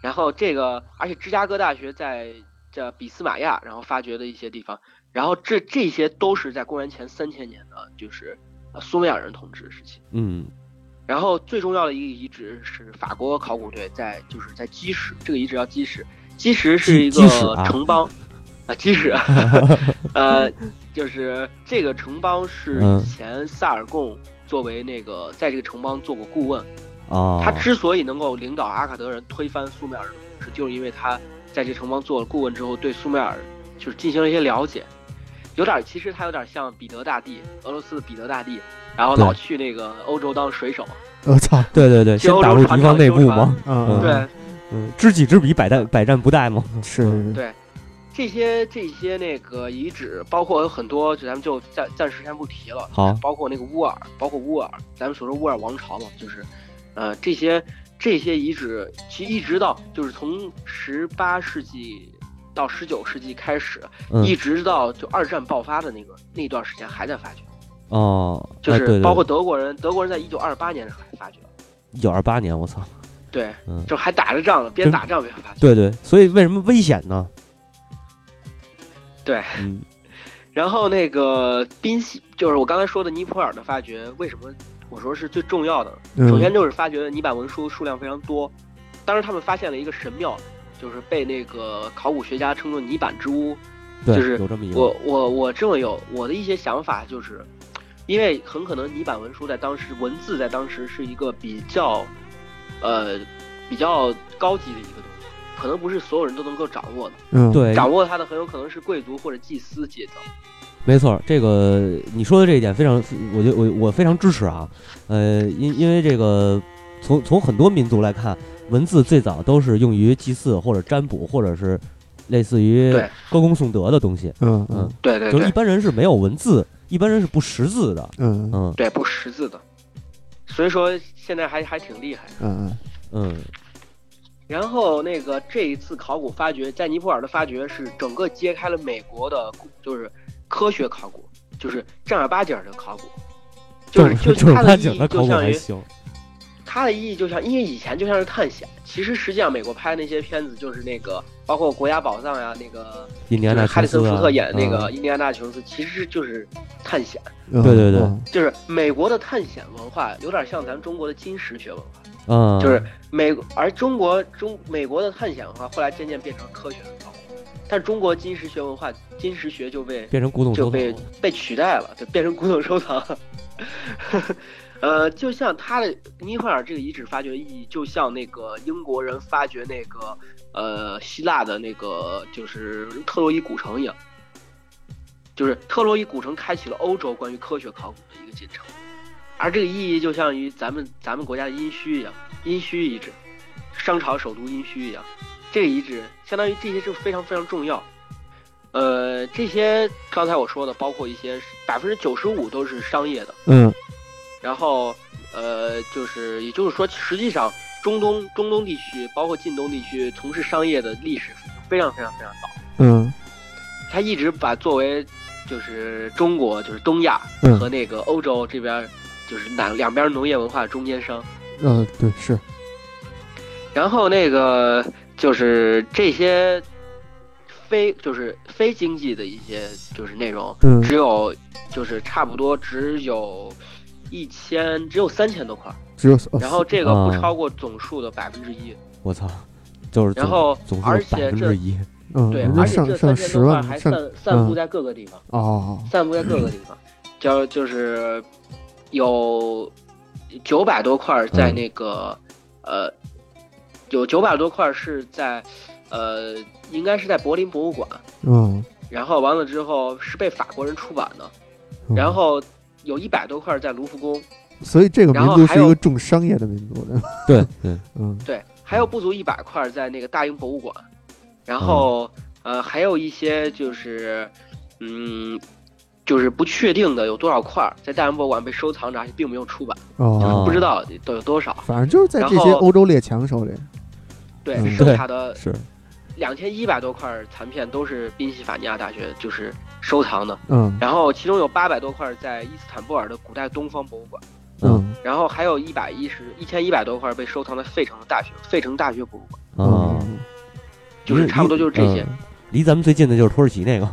然后这个，而且芝加哥大学在这比斯马亚，然后发掘的一些地方，然后这这些都是在公元前三千年的，就是呃苏美尔人统治时期。嗯然后最重要的一个遗址是法国考古队在就是在基什，这个遗址叫基什，基什是一基基什个啊城邦，啊 基什，呃，就是这个城邦是嗯以前萨尔贡作为那个在这个城邦做过顾问，哦，他之所以能够领导阿卡德人推翻苏美尔人的统治，就是因为他在这城邦做了顾问之后，对苏美尔就是进行了一些了解，有点其实他有点像彼得大帝，俄罗斯的彼得大帝，然后老对去那个欧洲当水手。我操，对对对，先修打入船敌方长内修部船嘛，嗯，对嗯，知己知彼，百战百战不殆 嘛，啊是嗯是是，对，这些这些那个遗址，包括有很多，就咱们就暂暂时先不提了。好包括那个乌尔，包括乌尔，咱们所说乌尔王朝嘛，就是，呃，这些这些遗址，其实一直到就是从十八世纪到十九世纪开始，嗯一直到就二战爆发的那个那段时间还在发掘，哦，就哎是对包括德国人，德国人在一九二八年的时候还发掘，一九二八年，我操，对，嗯就还打着仗呢，边真打仗边发掘。对对，所以为什么危险呢？对，嗯然后那个宾夕，就是我刚才说的尼泊尔的发掘，为什么我说是最重要的？嗯首先就是发掘的泥板文书数量非常多，当时他们发现了一个神庙，就是被那个考古学家称作泥板之屋。对，就是有这么一我个，我我这么有我的一些想法，就是因为很可能泥板文书在当时文字在当时是一个比较，呃，比较高级的一个东西，可能不是所有人都能够掌握的，嗯，对，掌握它的很有可能是贵族或者祭司阶层。没错，这个你说的这一点非常，我觉得我我非常支持啊。呃，因因为这个从从很多民族来看，文字最早都是用于祭祀或者占卜，或者是类似于对歌功颂德的东西。嗯嗯嗯，对对就是一对般人是没有文字，一般人是不识字的。嗯嗯嗯对，不识字的，所以说现在还还挺厉害的。嗯嗯，然后那个这一次考古发掘，在尼泊尔的发掘是整个揭开了美国的古，就是科学考古，就是正儿八经儿的考古，就是正就是正它儿的八意经义的考就古像还于行。它的意义就像，因为以前就像是探险，其实实际上美国拍那些片子就是那个，包括国家宝藏呀、那个印第就安是纳哈琼里森斯福啊特演的那嗯个印第安纳琼斯，其实就是探险，嗯，对对对嗯就是美国的探险文化有点像咱们中国的金石学文化。嗯，就是美，而中国中美国的探险文化后来渐渐变成科学的考古，但中国金石学文化，金石学就被变成古董就收藏被了。被取代了，就变成古董收藏。呃，就像他的尼泊尔这个遗址发掘意义，就像那个英国人发掘那个呃希腊的那个就是特洛伊古城一样，就是特洛伊古城开启了欧洲关于科学考古的一个进程，而这个意义就像于咱们咱们国家的殷墟一样，殷墟遗址，商朝首都殷墟一样，这个遗址相当于这些就非常非常重要。呃，这些刚才我说的，包括一些百分之九十五都是商业的，嗯然后呃，就是也就是说，实际上中东中东地区，包括近东地区，从事商业的历史非常非常非常早，嗯它一直把作为就是中国就是东亚嗯和那个欧洲这边儿就是两两边农业文化的中间商，嗯，对是，然后那个就是这些非就是非经济的一些就是内容，嗯只有就是差不多只有一千，只有三千多块儿，只有哦然后这个不啊超过总数的百分之一。我操，就是总然后总而数且百分这之一。嗯，对，人家而且上这上三千十多块万还上散散嗯布在各个地方，哦，散布在各个地方，就就是有九百多块儿在嗯那个、呃，有九百多块儿是在呃，应该是在柏林博物馆。嗯，然后完了之后是被法国人出版的，嗯然后有一百多块在卢浮宫，所以这个民然后族还是一有个重商业的民族的，对对，嗯对，还有不足一百块在那个大英博物馆，然后、呃还有一些就是嗯就是不确定的有多少块在大英博物馆被收藏着，而且并没有出版，就是哦，不知道都有多少。反正就是在这然些后欧洲列强手里，对，嗯剩下的是两千一百多块残片都是宾夕法尼亚大学就是收藏的，嗯然后其中有八百多块在伊斯坦布尔的古代东方博物馆。嗯然后还有一百一十一千一百多块被收藏在费城的大学费城大学博物馆，啊，嗯就是差不多就是这些。嗯离咱们最近的就是土耳其那个，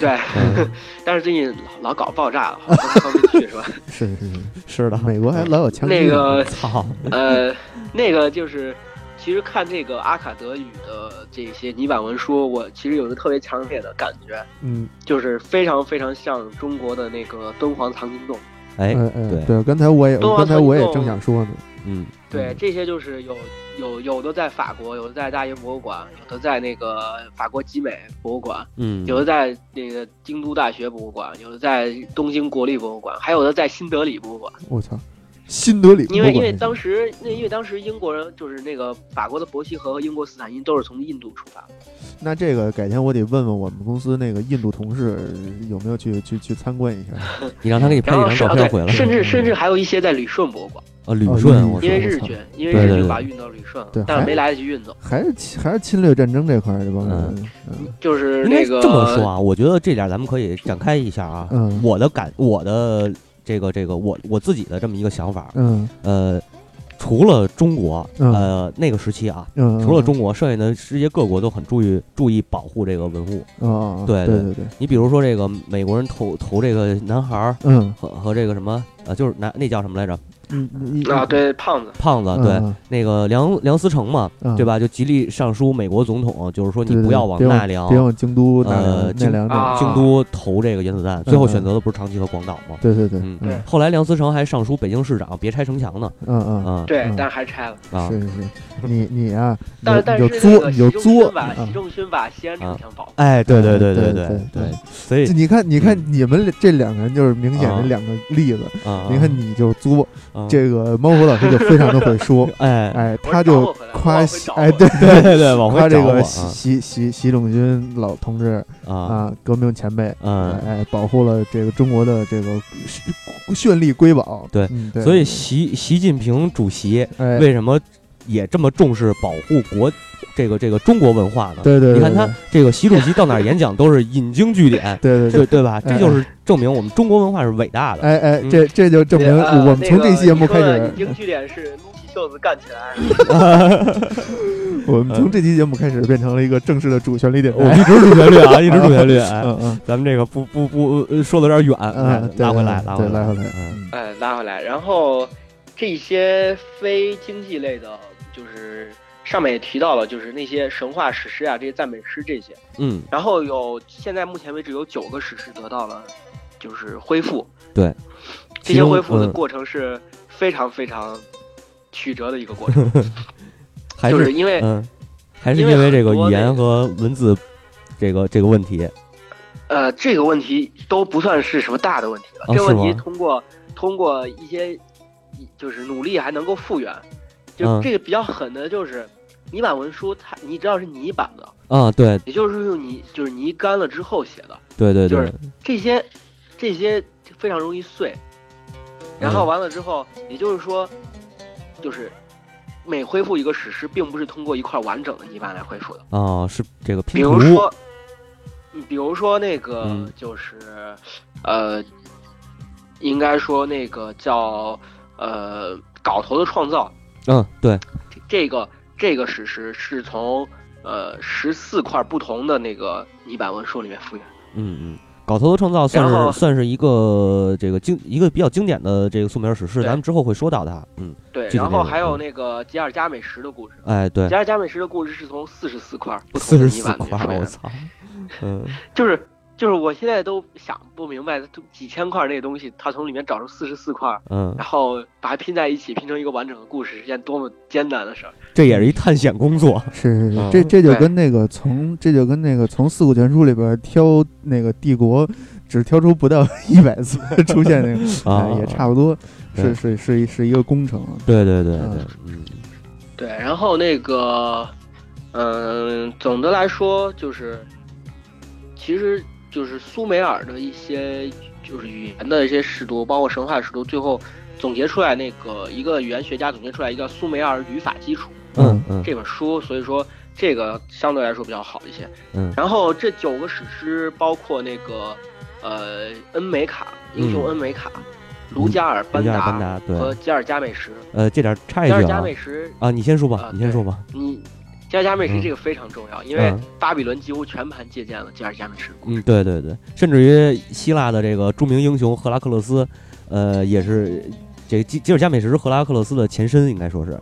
对，嗯但是最近老老搞爆炸了，好像不方便去 是吧？是是是，是的，美国还老有枪击呢那个操，呃，那个就是，其实看这个阿卡德语的这些泥板文书，我其实有一个特别强烈的感觉，嗯就是非常非常像中国的那个敦煌藏经洞。哎，哎哎对对，刚才我也东刚方才神我也洞正想说呢，嗯，对，这些就是有有有的在法国，有的在大英博物馆，有的在那个法国集美博物馆，嗯，有的在那个京都大学博物馆，有的在东京国立博物馆，还有的在新德里博物馆。我操，新德里因为因为博物馆当时那因为当时英国人就是那个法国的伯希和和英国斯坦因都是从印度出发的。那这个改天我得问问我们公司那个印度同事有没有去去去参观一 下，你让他给你拍然几后张照是啊，片回来对，，甚嗯至甚至还有一些在旅顺博物馆，啊，旅哦顺，因为我因为说日操军，因为对日对军对把它运到旅顺了对，但还是没来得及运走，还是侵还是侵略战争这块儿这帮人，嗯就是应该那个这么说啊，我觉得这点咱们可以展开一下啊。嗯我的感，我的这个这个我我自己的这么一个想法，嗯呃，除了中国，嗯呃那个时期啊，嗯，除了中国，剩下的世界各国都很注意注意保护这个文物。啊，对对对对对，你比如说这个美国人投投这个男孩儿嗯和和这个什么呃，就是男那叫什么来着？嗯你啊啊，对胖子，胖子，对，嗯那个梁梁思成嘛，对对？吧？就极力上书美国总统，就是说嗯你对对不要对往别奈良、别往京都奈良呃奈京良啊那，京都投这个原子弹，嗯最后选择的不是长崎和广岛吗？对对对，嗯嗯对后来梁思成还上书北京市长别拆城墙呢，嗯啊对嗯，但是还拆了。啊是是是，你你啊，你但是但是你就那作个你习就仲作勋啊把。习仲勋把西安城墙保护，哎，对对对对对对对对，所以就你看，你看你们这两个人就是明显的啊两个例子。啊，你看，你就作，啊，这个猫火老师就非常的会说 哎 哎，我他找就我回来夸我习找哎，我对 对对对，往回夸这找我个习习习习仲勋老同志啊啊，革命前辈，啊嗯，哎，保护了这个中国的这个绚丽瑰宝。对嗯，所以习习近平主席哎，为什么也这么重视保护国这个这个中国文化呢？对对，对，你看他，这个习主席到哪儿演讲都是引经据典对对对对对吧？这就是证明我们中国文化是伟大的。哎哎，嗯这这就证明对呃我们从那这个期节目你说开的始引，经据典是撸起袖子干起来，我们从这期节目开始变成了一个正式的主旋律电嗯我们台。一直主旋律啊，一直主旋律。哎，嗯嗯咱们这个不不不呃说的有点远，哎嗯，对拉回来，拉回对来，拉回来。嗯嗯哎，拉回来，然后这些非经济类的，就是上面也提到了，就是那些神话史诗啊，这些赞美诗这些。嗯，然后有现在目前为止有九个史诗得到了就是恢复，对，这其些中恢复的嗯过程是非常非常曲折的一个 过程，还就是是因 为、嗯，还是因因为为这个很多语那言个和文字这个这个问题，呃这个问题都不算是什么大的问题了，哦这个问题是吗通过通过一些就是努力还能够复原，就嗯这个比较狠的就是泥板文书，它你知道是泥板的，啊，对也就是用泥就是泥干了之后写的，对对就对是，这些这些非常容易碎，嗯然后完了之后，也就是说，就是每恢复一个史诗，并不是通过一块完整的泥板来恢复的。啊，是这个比拼如图，说，嗯比如说那个嗯就是，呃，应该说那个叫呃镐头的创造，嗯，对，这这个这个史诗是从呃十四块不同的那个泥板文书里面复原。嗯嗯。搞头的创造算然后是算是一个这个经一个比较经典的这个素描史诗，对咱们之后会说到它。嗯，对，这个然后这个还有嗯那个吉尔加美什的故事。哎，对《加尔加美什》的故事是从四十四块不四同的十泥四板里面出块，来我的，操！嗯，就是就是我现在都想不明白，都几千块那个东西，他从里面找出四十四块，嗯，然后把它拼在一起，拼成一个完整的故事，是件多么艰难的事儿。这也是一探险工作。是是是嗯，这这就对跟那个从这就跟那个从四库全书里边挑那个帝国，只挑出不到一百 次出现那个，啊哎也差不多，是对是是一是一个工程。对对对嗯对，嗯对，然后那个，嗯、总的来说就是，其实就是苏美尔的一些就是语言的一些试读，包括神话试读，最后总结出来那个一个语言学家总结出来一个苏美尔语法基础。嗯嗯这本书，所以说这个相对来说比较好一些。嗯然后这九个史诗包括那个呃恩美卡英雄嗯恩美卡，卢加尔班卢加尔班达达对和吉尔加美什。呃，这点儿插一吉尔句加啊美什，啊，你先说吧啊，你先对说吧，你吉尔加美什嗯这个非常重要，因为嗯巴比伦几乎全盘借鉴了吉尔加美什。嗯，对对对，甚至于希腊的这个著名英雄赫拉克勒斯，呃，也是这个吉吉尔加美什是赫拉克勒斯的前身，应该说是，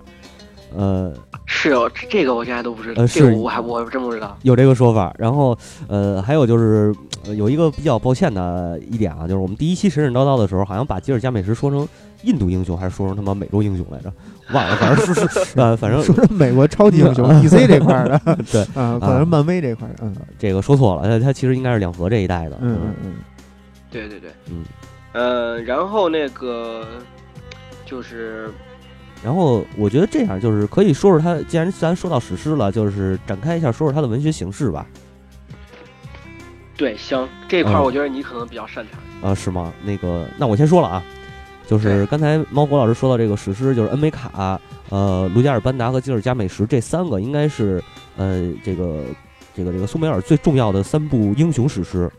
呃，是哦，这这个我现在都不知道，呃这个是我还我真不知道。有这个说法。然后，呃，还有就是、呃有一个比较抱歉的一点啊，就是我们第一期神神叨叨的时候，好像把吉尔加美什说成印度英雄，还是说成他妈美洲英雄来着？忘了，反正是 是呃，反正说的美国超级英雄 嗯 DC 这块儿的，对啊，可能是漫威这块儿的，嗯这个说错了，他他其实应该是两河这一带的。嗯嗯嗯，对对对，嗯，呃，然后那个就是然后我觉得这样就是可以说说他，既然咱说到史诗了，就是展开一下说说他的文学形式吧。对香这一块，嗯我觉得你可能比较擅长。啊，是吗？那个，那我先说了啊，就是刚才猫火老师说到这个史诗，就是恩梅卡、呃，卢加尔班达和吉尔加美什这三个，应该是呃，这个这个这个苏美尔最重要的三部英雄史诗。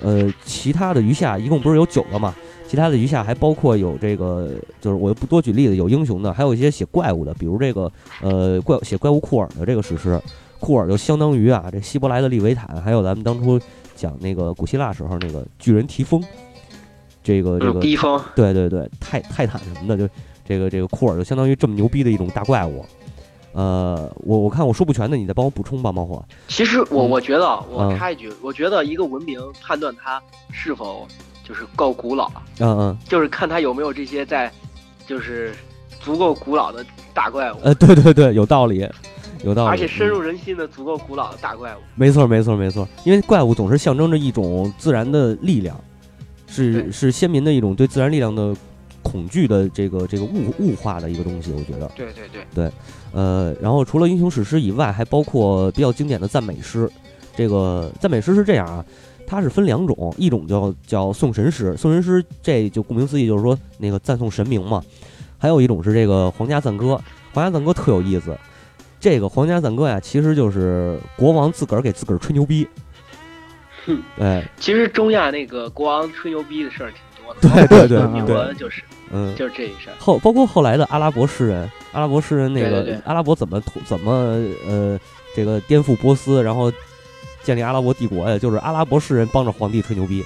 呃，其他的余下一共不是有九个嘛？其他的余下还包括有这个，就是我就不多举例子，有英雄的，还有一些写怪物的，比如这个呃怪写怪物库尔的这个史诗，库尔就相当于啊这希伯来的利维坦，还有咱们当初讲那个古希腊时候那个巨人提丰，这个这嗯，个第一方对对对，泰泰坦什么的，就这个这个库尔就相当于这么牛逼的一种大怪物。呃，我我看我说不全的，你再帮我补充吧，猫火。其实我嗯我觉得啊，我嗯插一句，我觉得一个文明判断它是否就是够古老，啊嗯嗯，就是看它有没有这些在，就是足够古老的大怪物，呃，对对对，有道理，有道理。而且深入嗯人心的足够古老的大怪物。没错没错没错，因为怪物总是象征着一种自然的力量，是对是先民的一种对自然力量的恐惧的这个这个物物化的一个东西，我觉得。对对对，呃，然后除了英雄史诗以外，还包括比较经典的赞美诗。这个赞美诗是这样啊，它是分两种，一种叫叫颂神诗，颂神诗这就顾名思义就是说那个赞颂神明嘛。还有一种是这个皇家赞歌，皇家赞歌特有意思。这个皇家赞歌呀，其实就是国王自个儿给自个儿吹牛逼。哼哎，其实中亚那个国王吹牛逼的事儿挺多的，对对对包括民国就是嗯，就是这一事儿。后包括后来的阿拉伯诗人，阿拉伯诗人那个对对对阿拉伯怎么统怎么呃这个颠覆波斯，然后建立阿拉伯帝国呀，就是阿拉伯诗人帮着皇帝吹牛逼。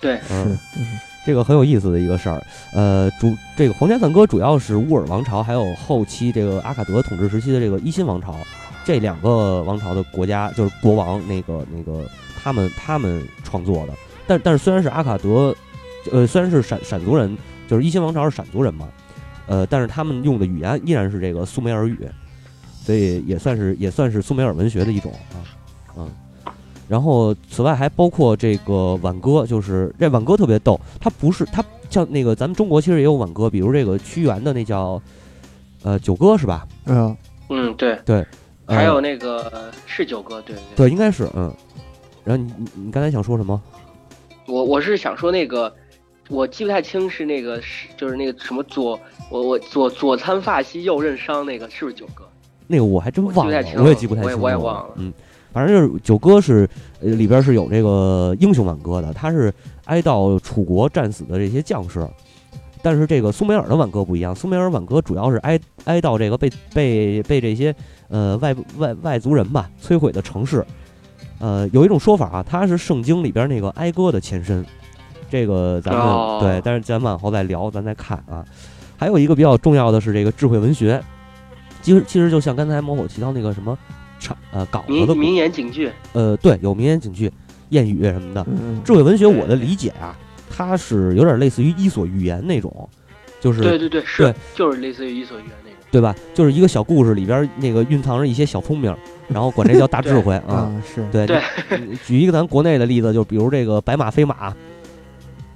对是嗯，嗯这个很有意思的一个事儿。呃，主这个皇家赞歌主要是乌尔王朝，还有后期这个阿卡德统治时期的这个一心王朝，这两个王朝的国家就是国王那个那个他们他们创作的。但但是虽然是阿卡德，呃，虽然是闪闪族人，就是一心王朝是闪族人嘛，呃，但是他们用的语言依然是这个苏美尔语，所以也算是也算是苏美尔文学的一种啊，嗯。然后，此外还包括这个挽歌，就是这挽歌特别逗，它不是它像那个咱们中国其实也有挽歌，比如这个屈原的那叫，呃九歌是吧？哎呀，嗯对，呃还有那个是九哥，对对。对，应该是嗯。然后你你你刚才想说什么？我我是想说那个，我记不太清是那个是就是那个什么左我我左左参发兮右任伤那个是不是九哥？那个我还真我记忘不太了，清我也了记不太我清也楚我也忘了嗯，反正就是九歌是呃里边是有这个英雄挽歌的，他是哀悼楚国战死的这些将士。但是这个苏美尔的挽歌不一样，苏美尔挽歌主要是哀哀悼这个被被被这些呃外外外族人吧摧毁的城市。呃，有一种说法啊，它是圣经里边那个哀歌的前身。这个咱们、哦对，但是咱往后再聊，咱再看啊。还有一个比较重要的是这个智慧文学，其实其实就像刚才猫火提到那个什么场呃稿子名的故名言警句，呃，对，有名言警句、谚语什么的。嗯智慧文学，我的理解啊，它是有点类似于《伊索寓言》那种，就是对对对是对就是类似于伊索寓言那种。对吧？就是一个小故事里边那个蕴藏着一些小聪明，然后管这叫大智慧啊。啊是，对，对你举 一个咱国内的例子，就比如这个白马非马，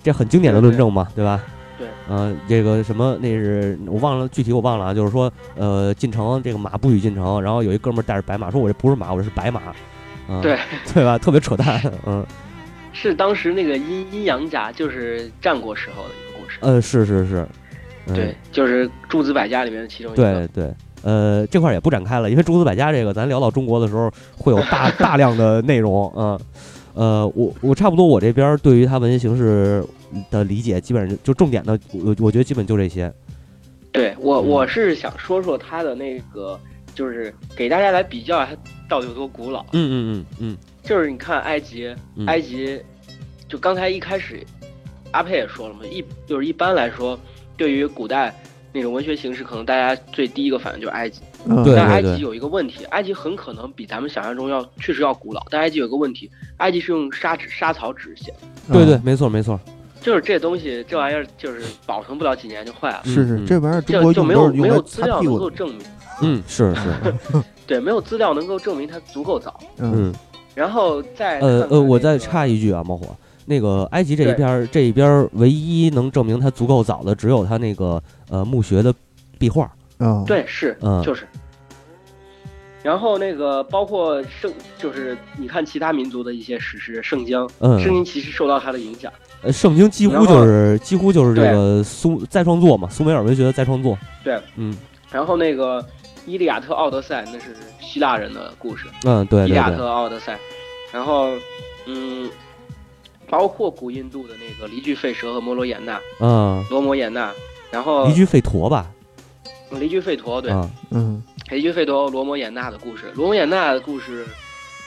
这很经典的论证嘛，对吧？对，呃，这个什么那是我忘了具体我忘了啊，就是说呃进城这个马不许进城，然后有一哥们儿带着白马说我这不是马，我这是白马，嗯、对 对吧？特别扯淡，嗯是当时那个阴阴阳家，就是战国时候的一个故事。呃是是是，嗯、对，就是诸子百家里面的其中一对个。对，呃，这块儿也 不展开了，因为诸子百家这个，咱聊到中国的时候会有大大量的内容，嗯、呃，呃，我我差不多我这边对于它文学形式的理解，基本上就重点的，我我觉得基本就这些。对我嗯我是想说说它的那个，就是给大家来比较它到底有多古老。嗯嗯嗯就是你看埃及，嗯，埃及，就刚才一开始，阿佩也说了嘛，一就是一般来说，对于古代那种文学形式，可能大家最第一个反应就是埃及。嗯对但埃及有一个问题，埃及很可能比咱们想象中要确实要古老，但埃及有一个问题，埃及是用沙纸沙草纸写的，嗯对对，没错没错，就是这东西这玩意儿就是保存不了几年就坏了，是嗯是，这玩意儿中就国就用没都有是用没来有资擦料屁能股够的，证明，嗯是 是，对，没有资料能够证明它足够早。嗯嗯然后再呃看看呃，我那再个插一句啊，猫火，那个埃及这一对边儿这一边儿唯一能证明它足够早的，只有它那个呃墓穴的壁画。啊，对，是，嗯就是。然后那个包括圣，就是你看其他民族的一些史诗，圣经，嗯，圣经其实受到它的影响。呃，圣经几乎然后就是几乎就是这对个苏再创作嘛，苏美尔文学的再创作。对，嗯然后那个《伊利亚特》《奥德赛》，那是希腊人的故事，嗯，对伊利对亚对，特》《奥德赛》。然后，嗯，包括古印度的那个离居吠舍和摩罗衍那、嗯，罗摩衍那，然后离居费陀吧，离居吠陀，对，啊，嗯离居吠陀、罗摩衍那的故事。罗摩衍那的故事，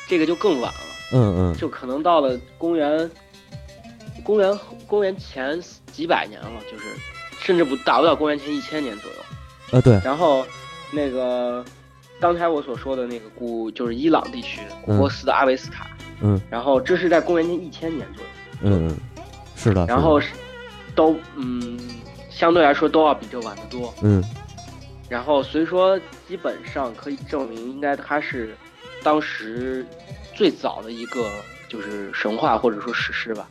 这个就更晚了。嗯嗯就可能到了公元，公元公元前几百年了，就是甚至不达不到公元前一千年左右。呃，对，然后那个刚才我所说的那个古就是伊朗地区古波斯的阿维斯塔，嗯，然后这是在公元前一千年左右，嗯嗯，是的，是然的后是都嗯相对来说都要比这晚得多。嗯然后所以说基本上可以证明，应该它是当时最早的一个就是神话或者说史诗吧。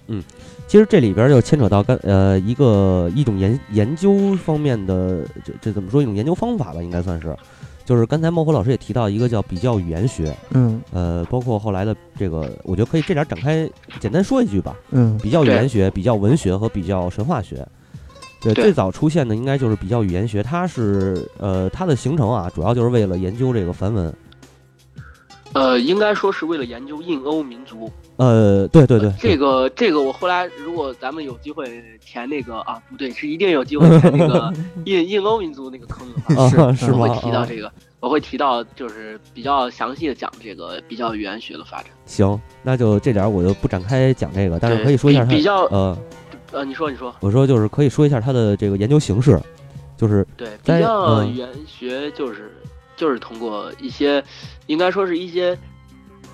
其实这里边儿就牵扯到跟呃一个一种研研究方面的这这怎么说一种研究方法吧，应该算是，就是刚才孟获老师也提到一个叫比较语言学，嗯呃，包括后来的这个，我觉得可以这点儿展开简单说一句吧，嗯比较语对言学、比较文学和比较神话学。对，对最早出现的应该就是比较语言学，它是呃它的形成啊，主要就是为了研究这个梵文。呃，应该说是为了研究印欧民族。呃，对对对，这个这个，我后来如果咱们有机会填那个啊，不对，是一定有机会填那 个印印欧民族那个坑的话，啊是 嗯是吗我？会提到啊这个，我会提到就是比较详细的讲这个比较语言学的发展。啊行，那就这点儿我就不展开讲这个，但是对可以说一下比它比较呃，呃，你说你说，我说就是可以说一下它的这个研究形式，就是对，比但是较嗯语言学就是就是通过一些，应该说是一些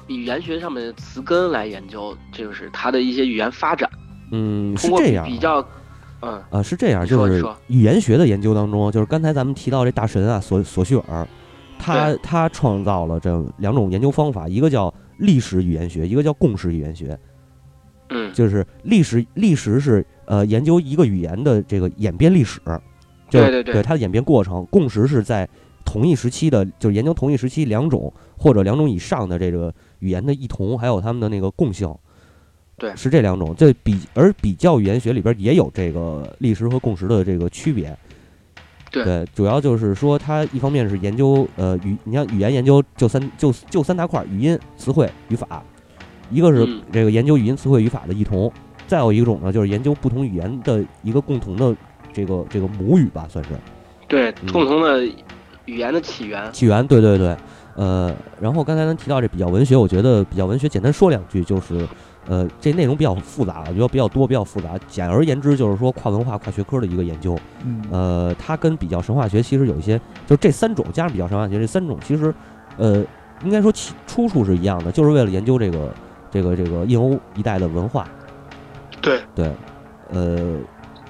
语言学上面的词根来研究，就是它的一些语言发展，嗯是通过这样啊比较，嗯，啊，是这样，你说就是你说语言学的研究当中，就是刚才咱们提到这大神啊，索索绪尔，他他创造了这两种研究方法，一个叫历史语言学，一个叫共识语言学，嗯，就是历史历史是呃研究一个语言的这个演变历史，就对对对对，它的演变过程，共识是在同一时期的，就是研究同一时期两种或者两种以上的这个语言的异同，还有它们的那个共性。对是这两种。这比而比较语言学里边也有这个历史和共识的这个区别。对主要就是说，它一方面是研究呃语，你像语言研究就三就就三大块儿：语音、词汇、语法。一个是嗯这个研究语音、词汇、语法的异同，再有一种呢，就是研究不同语言的一个共同的这个这个母语吧，算是。对，嗯共同的语言的起源，起源，对对对，呃，然后刚才咱提到这比较文学，我觉得比较文学简单说两句，就是呃，这内容比较复杂，我觉得比较多，比较复杂。简而言之，就是说跨文化、跨学科的一个研究。嗯呃，它跟比较神话学其实有一些，就是这三种加上比较神话学这三种，其实呃，应该说其出处是一样的，就是为了研究这个这个这个印欧一带的文化。对对，呃，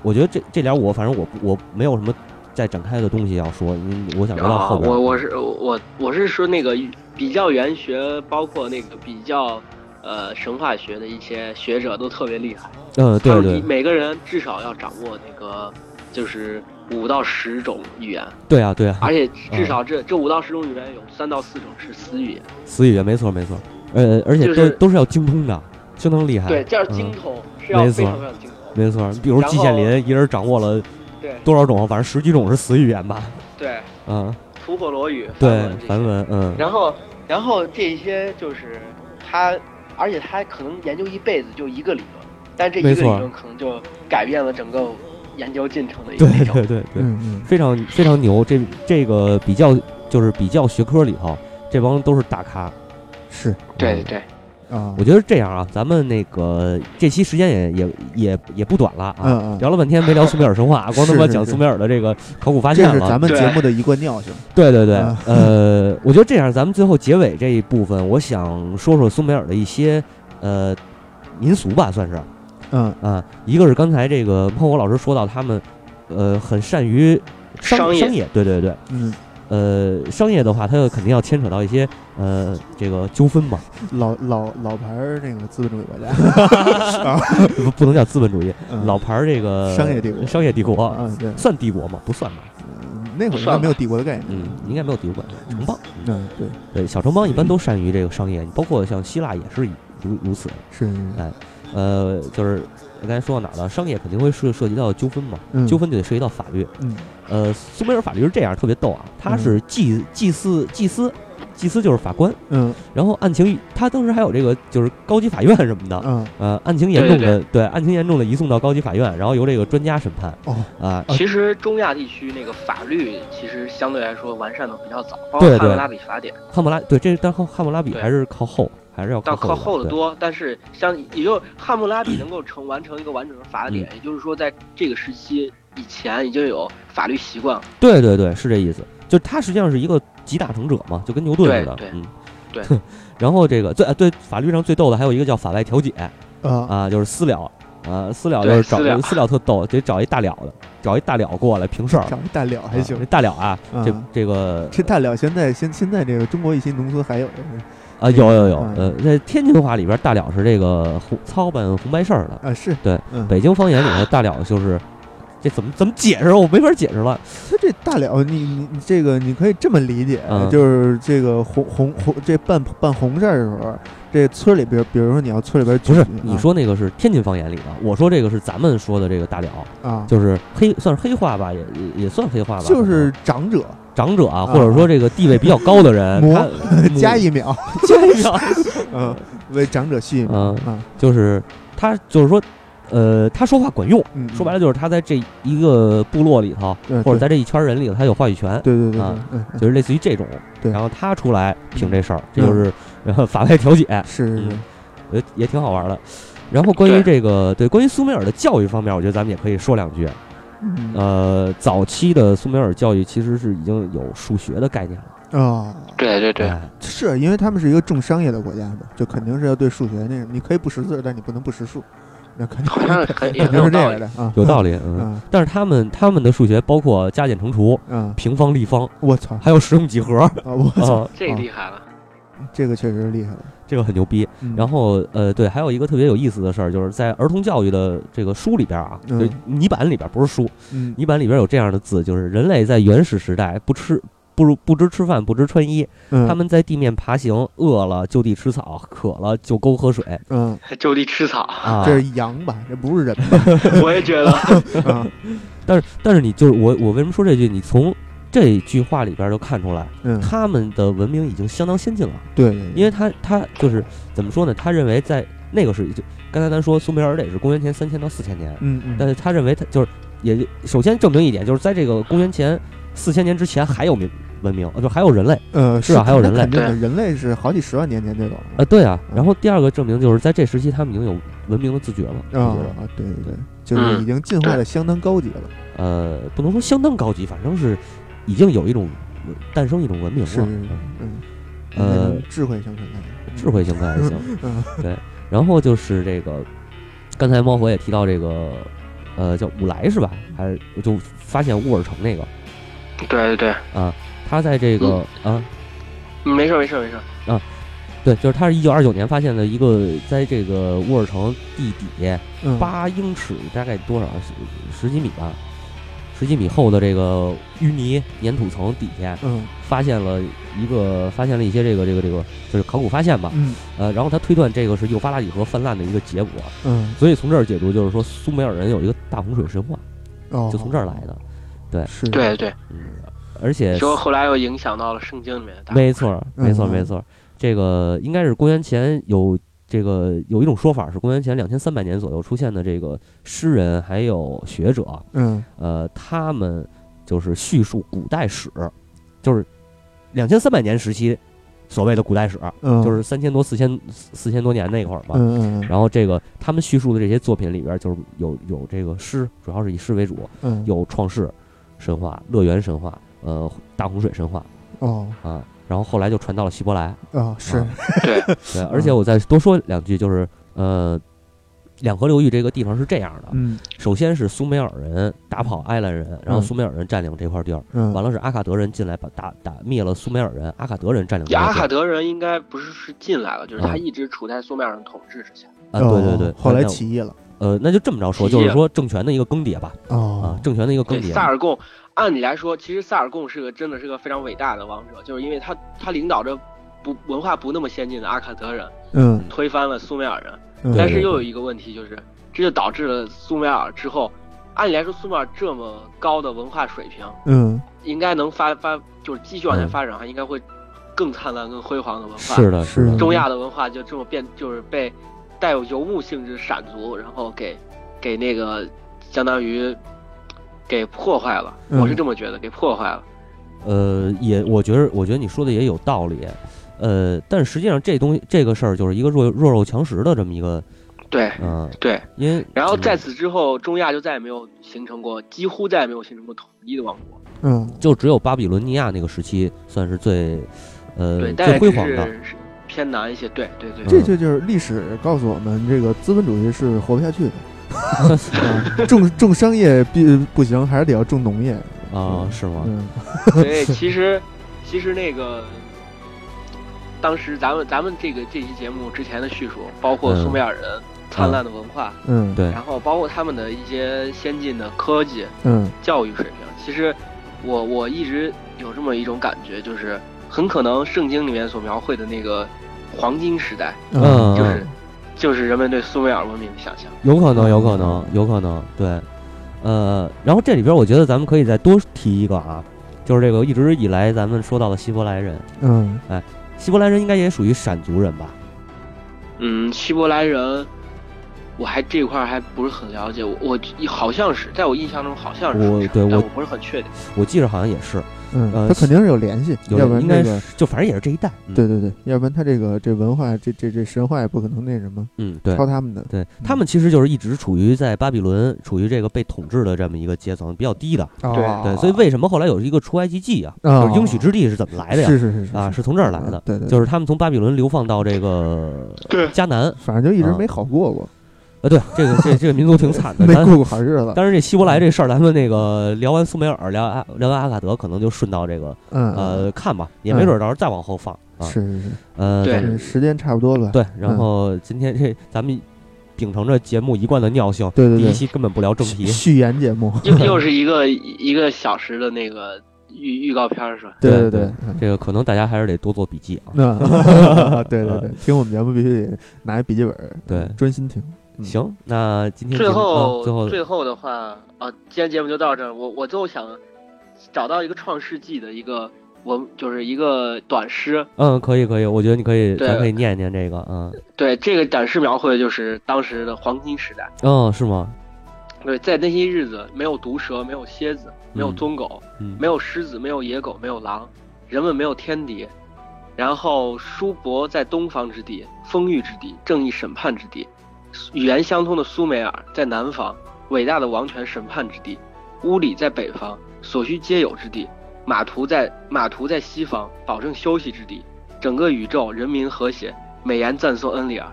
我觉得这这点儿我反正我不我没有什么再展开的东西要说，因为我想留到啊，后边儿。我我是我我是说那个比较原学，包括那个比较呃神话学的一些学者都特别厉害，嗯，对他对们。每个人至少要掌握那个就是五到十种语言，对啊，对啊，而且至少这、这五到十种语言有三到四种是私语言，死语言没错没错，呃，而且都、就是都是要精通的，相当厉害。对，这样嗯精通、是要没非错常非常精通，没错，比如然后季羡林一人掌握了对多少种，反正十几种是死语言吧？对，嗯，吐火罗语，对梵文这，些梵文，嗯，然后，然后这些就是他而且他可能研究一辈子就一个理论，但这一个没理错论可能就改变了整个研究进程的一个对内容对对对，嗯嗯，非常非常牛。这这个比较就是比较学科里头，这帮都是大咖。是对对，啊，我觉得这样啊，咱们那个这期时间也也也也不短了啊。嗯嗯，聊了半天没聊苏美尔神话 啊，光他是妈是讲是苏美尔的这个考古发现这了。是咱们对节目的一贯尿性。对对对啊，呃，我觉得这样，咱们最后结尾这一部分，我想说说苏美尔的一些呃民俗吧，算是啊、嗯，一个是刚才这个孟火老师说到他们，呃，很善于商商业对对对，嗯，呃，商业的话，它肯定要牵扯到一些呃这个纠纷嘛， 老老老牌儿那个资本主义国家，不不能叫资本主义，嗯啊老牌儿这个商业帝国商业帝国、啊，对，算帝国吗？不算吧，嗯那会儿应该没有帝国的概念嗯。，应该没有帝国，城邦。嗯嗯，对，对，小城邦一般都善于这个商业，包括像希腊也是如如此。是，呃，就是我刚才说到哪儿了？商业肯定会涉涉及到纠纷嘛，嗯纠纷就得涉及到法律。嗯呃，苏美尔法律是这样，特别逗啊，他是祭祭祀祭司，祭司就是法官，嗯然后案情他当时还有这个就是高级法院什么的，嗯，呃，案情严重对的对案情严重的移送到高级法院，然后由这个专家审判哦，啊。其实中亚地区那个法律其实相对来说完善的比较早，包括对汉谟对拉比法典，汉谟拉对这但汉汉谟拉比对还是靠后，还是要但后靠的后的对多。但是像也就汉谟拉比能够成完成一个完整的法嗯典，也就是说在这个时期以前已经有法律习惯了。对对对，是这意思。就他实际上是一个集大成者嘛，就跟牛顿似的。对对嗯，对。 然后这个最啊对法律上最逗的还有一个叫法外调解啊，啊，就是私了啊，私了就对是找私了私了特逗，得找一大了的，找一大了过来平事儿。 找一大了还行啊这。大了啊，这啊这个这大了现在现现在这个中国一些农村还有，啊有有有嗯，呃，在天津话里边大了是这个红操办红白事儿的，啊是，对，嗯，北京方言里头大了就是。这怎么怎么解释？我没法解释了。他这大了，你你你这个你可以这么理解，嗯就是这个红红红这办办红事儿的时候，这村里边，比如说你要村里边不举，是啊你说那个是天津方言里的，我说这个是咱们说的这个大了。啊，就是黑，算是黑化吧，也也也算黑化吧，就可是能长者长者啊，啊或者说这个地位比较高的人，魔他 加一秒， 加一秒， 嗯，为长者戏嗯啊，就是他就是说，呃，他说话管用，嗯，说白了，了就是他在这一个部落里头，对或者在这一圈人里头，他有话语权，对对对对啊，嗯，嗯就是类似于这种。对然后他出来评这事儿，这嗯就是 呃法外调解，是是是嗯，也也挺好玩的。然后关于对这个对关于苏美尔的教育方面，我觉得咱们也可以说两句。嗯呃，早期的苏美尔教育其实是已经有数学的概念了，啊，对对，哎是因为他们是一个重商业的国家嘛，就肯定是要对数学那种，你可以不识字，但你不能不识数，那肯定好像 很也肯很定有是这道样理。的啊，有道理，嗯。啊但是他们他们的数学包括加减乘除、啊，平方、立方， 我操，还有使用几 何啊、啊我操，这厉害了， 这个确实是厉害了。这个很牛逼。嗯然后呃，对，还有一个特别有意思的事儿，就是在儿童教育的这个书里边啊，嗯对，泥板里边不是书，嗯泥板里边有这样的字，就是人类在原始时代不吃。不如不知吃饭，不知穿衣。嗯他们在地面爬行，饿了就地吃草，渴了就沟喝水嗯，就地吃草，啊。这是羊吧？这不是人 我也觉得。 吧？啊，但是但是你就是我，我为什么说这句？你从这句话里边就看出来，嗯，他们的文明已经相当先进了。对，对对因为他他就是怎么说呢？他认为在那个时，就刚才咱说苏美尔得是公元前三千到四千年，嗯嗯，但是他认为他就是也首先证明一点，就是在这个公元前四千年之前还有民文明，呃，就还有人类，呃，是啊还有人那类肯定的，人类是好几十万年前这种呃，对啊。嗯然后第二个证明就是在这时期他们已经有文明的自觉了，啊我觉得啊，对对对，就是嗯已经进化的相当高级了，呃，不能说相当高级，反正是已经有一种文诞生一种文明了，是，嗯嗯，呃那种智慧生成的，智慧型的还行。嗯，然后就是这个，刚才猫火也提到这个，呃，叫五来是吧？还是就发现乌尔城那个对对对，啊，他在这个啊，嗯没事儿没事儿没事儿。对，就是他是一九二九年发现的一个，在这个乌尔城地底嗯，八英尺，大概多少十十几米吧，十几米厚的这个淤泥粘土层底下，嗯发现了一个发现了一些这个这个这个就是考古发现吧，嗯呃，然后他推断这个是幼发拉底河泛滥的一个结果，嗯，所以从这儿解读就是说苏美尔人有一个大洪水神话。哦，就从这儿来的。是，对对，嗯，而且说后来又影响到了圣经里面的大。没错儿，嗯没错儿，嗯没错儿，这个应该是公元前有这个有一种说法是公元前两千三百年左右出现的这个诗人还有学者，嗯呃，他们就是叙述古代史，就是两千三百年时期所谓的古代史，嗯，就是三千多、四千四千多年那会儿嘛。嗯嗯然后这个他们叙述的这些作品里边，就是有有这个诗，主要是以诗为主，嗯，有创世神话、乐园神话、呃大洪水神话哦啊。然后后来就传到了希伯来，啊是嗯啊对，对，而且我再多说两句，就是呃，两河流域这个地方是这样的，嗯首先是苏美尔人打跑埃兰人，然后嗯苏美尔人占领这块地儿，嗯，完了是阿卡德人进来把打打灭了苏美尔人，阿卡德人占领这雅块卡地儿。德人应该不是是进来了，就是他嗯一直处在苏美尔人统治之下。啊，对对对哦，后来那起义了呃，那就这么着说，起义就是说政权的一个更迭吧，啊哦，，政权的一个更对，迭萨。尔贡，按理来说，其实萨尔贡是个真的是个非常伟大的王者，就是因为他他领导着不文化不那么先进的阿卡德人，嗯推翻了苏美尔人。嗯，但对是又有一个问题，就是这就导致了苏美尔之后，按理来说苏美尔这么高的文化水平，嗯应该能发发就是继续往前嗯发展，还应该会更灿烂、更辉煌的文化。是的，是的，中亚的文化就这么变，就是被带有游牧性质闪族，然后给给那个相当于给破坏了。嗯我是这么觉得，给破坏了。呃，也我觉得，我觉得你说的也有道理，呃，但实际上这东西这个事儿就是一个弱弱肉强食的这么一个，对嗯、对，因为然后嗯在此之后，中亚就再也没有形成过，几乎再也没有形成过统一的王国。嗯就只有巴比伦尼亚那个时期算是最，呃，对，最但是辉只煌的。是是偏南一些。对对对，嗯这这就是历史告诉我们，这个资本主义是活不下去的。 啊重重商业必不行，还是得要重农业 啊，是吗？嗯 所以其实其实那个。当时咱们咱们这个这期节目之前的叙述，包括嗯苏美尔人灿烂的文化，嗯，对，然后包括他们的一些先进的科技、嗯教育水平。其实我我一直有这么一种感觉，就是很可能圣经里面所描绘的那个黄金时代，嗯嗯，就是就是人们对苏美尔文明的想象。有可能，有可能，有可能，对，呃，然后这里边我觉得咱们可以再多提一个啊，就是这个一直以来咱们说到的希伯来人，嗯希伯来人应该也属于闪族人吧？嗯，希伯来人，我还这块儿还不是很了解，我我好像是在我印象中好像是我属于对但我我不是很确定。我记着好像也是，嗯，呃它肯定是有联系，有要不然应那该个是就反正也是这一代，嗯对，对对，要不然他这个这文化这这这神话也不可能那什么嗯，对抄。他们的。对他嗯们其实就是一直处于在巴比伦处于这个被统治的这么一个阶层比较低的，哦对，所以为什么后来有一个出埃及记啊，哦就是应许之地是怎么来的呀？是是是是啊，是从这儿来嗯的，对对，就是是他们从巴比伦流放到这个对迦南，反正就一直啊没好过过，啊，对，这个这这个民族挺惨的，没咱过过好日子。当然，这希伯来这事儿，咱们那个聊完苏美尔，聊阿聊完阿卡德，可能就顺到这个嗯，呃看吧，也没准儿到时候再往后放啊。是嗯是是，呃，对咱们嗯时间差不多了。对，然后今天这咱们秉承着节目一贯的尿性，对对第一对，期根本不聊正续题，续言节目，又又是一个一个小时的那个预预告片儿是吧？对对对对，这个可能大家还是得多做笔记啊。 那对对对，听我们节目必须得拿一笔记本儿，啊对专心听。嗯行，那今天最节目后、啊最后最后的话啊，今天节目就到这儿。我我最后想找到一个创世纪的一个文，就是一个短诗。嗯，可以可以，我觉得你可以，对咱可以念一念这个，嗯对，这个短诗描绘的就是当时的黄金时代。嗯，是吗？对，在那些日子，没有毒蛇，没有蝎子，没有棕狗，嗯，没有狮子，没有野狗，没有狼，人们没有天敌。然后，叔伯在东方之地，丰裕之地，正义审判之地；语言相通的苏美尔在南方，伟大的王权审判之地；乌里在北方，所需皆有之地；马图在马图在西方，保证休息之地。整个宇宙人民和谐，美言赞颂恩里尔。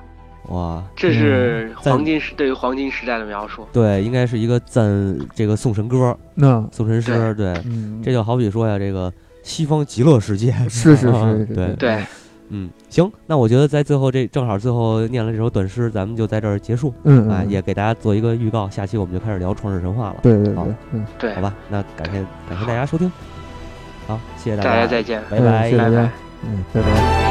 哇，这是嗯赞黄金时对于黄金时代的描述。对，应该是一个赞这个送神歌、那送神诗，对，嗯，这就好比说呀，这个西方极乐世界，是是啊是，是对是对，嗯，行，那我觉得在最后这正好最后念了这首短诗，咱们就在这儿结束嗯啊，嗯也给大家做一个预告，下期我们就开始聊创世神话了，对对好对，嗯，对好，吧？那感谢感谢大家收听，好，谢谢大大家，家再见，拜拜嗯谢谢拜大拜家。嗯，拜拜。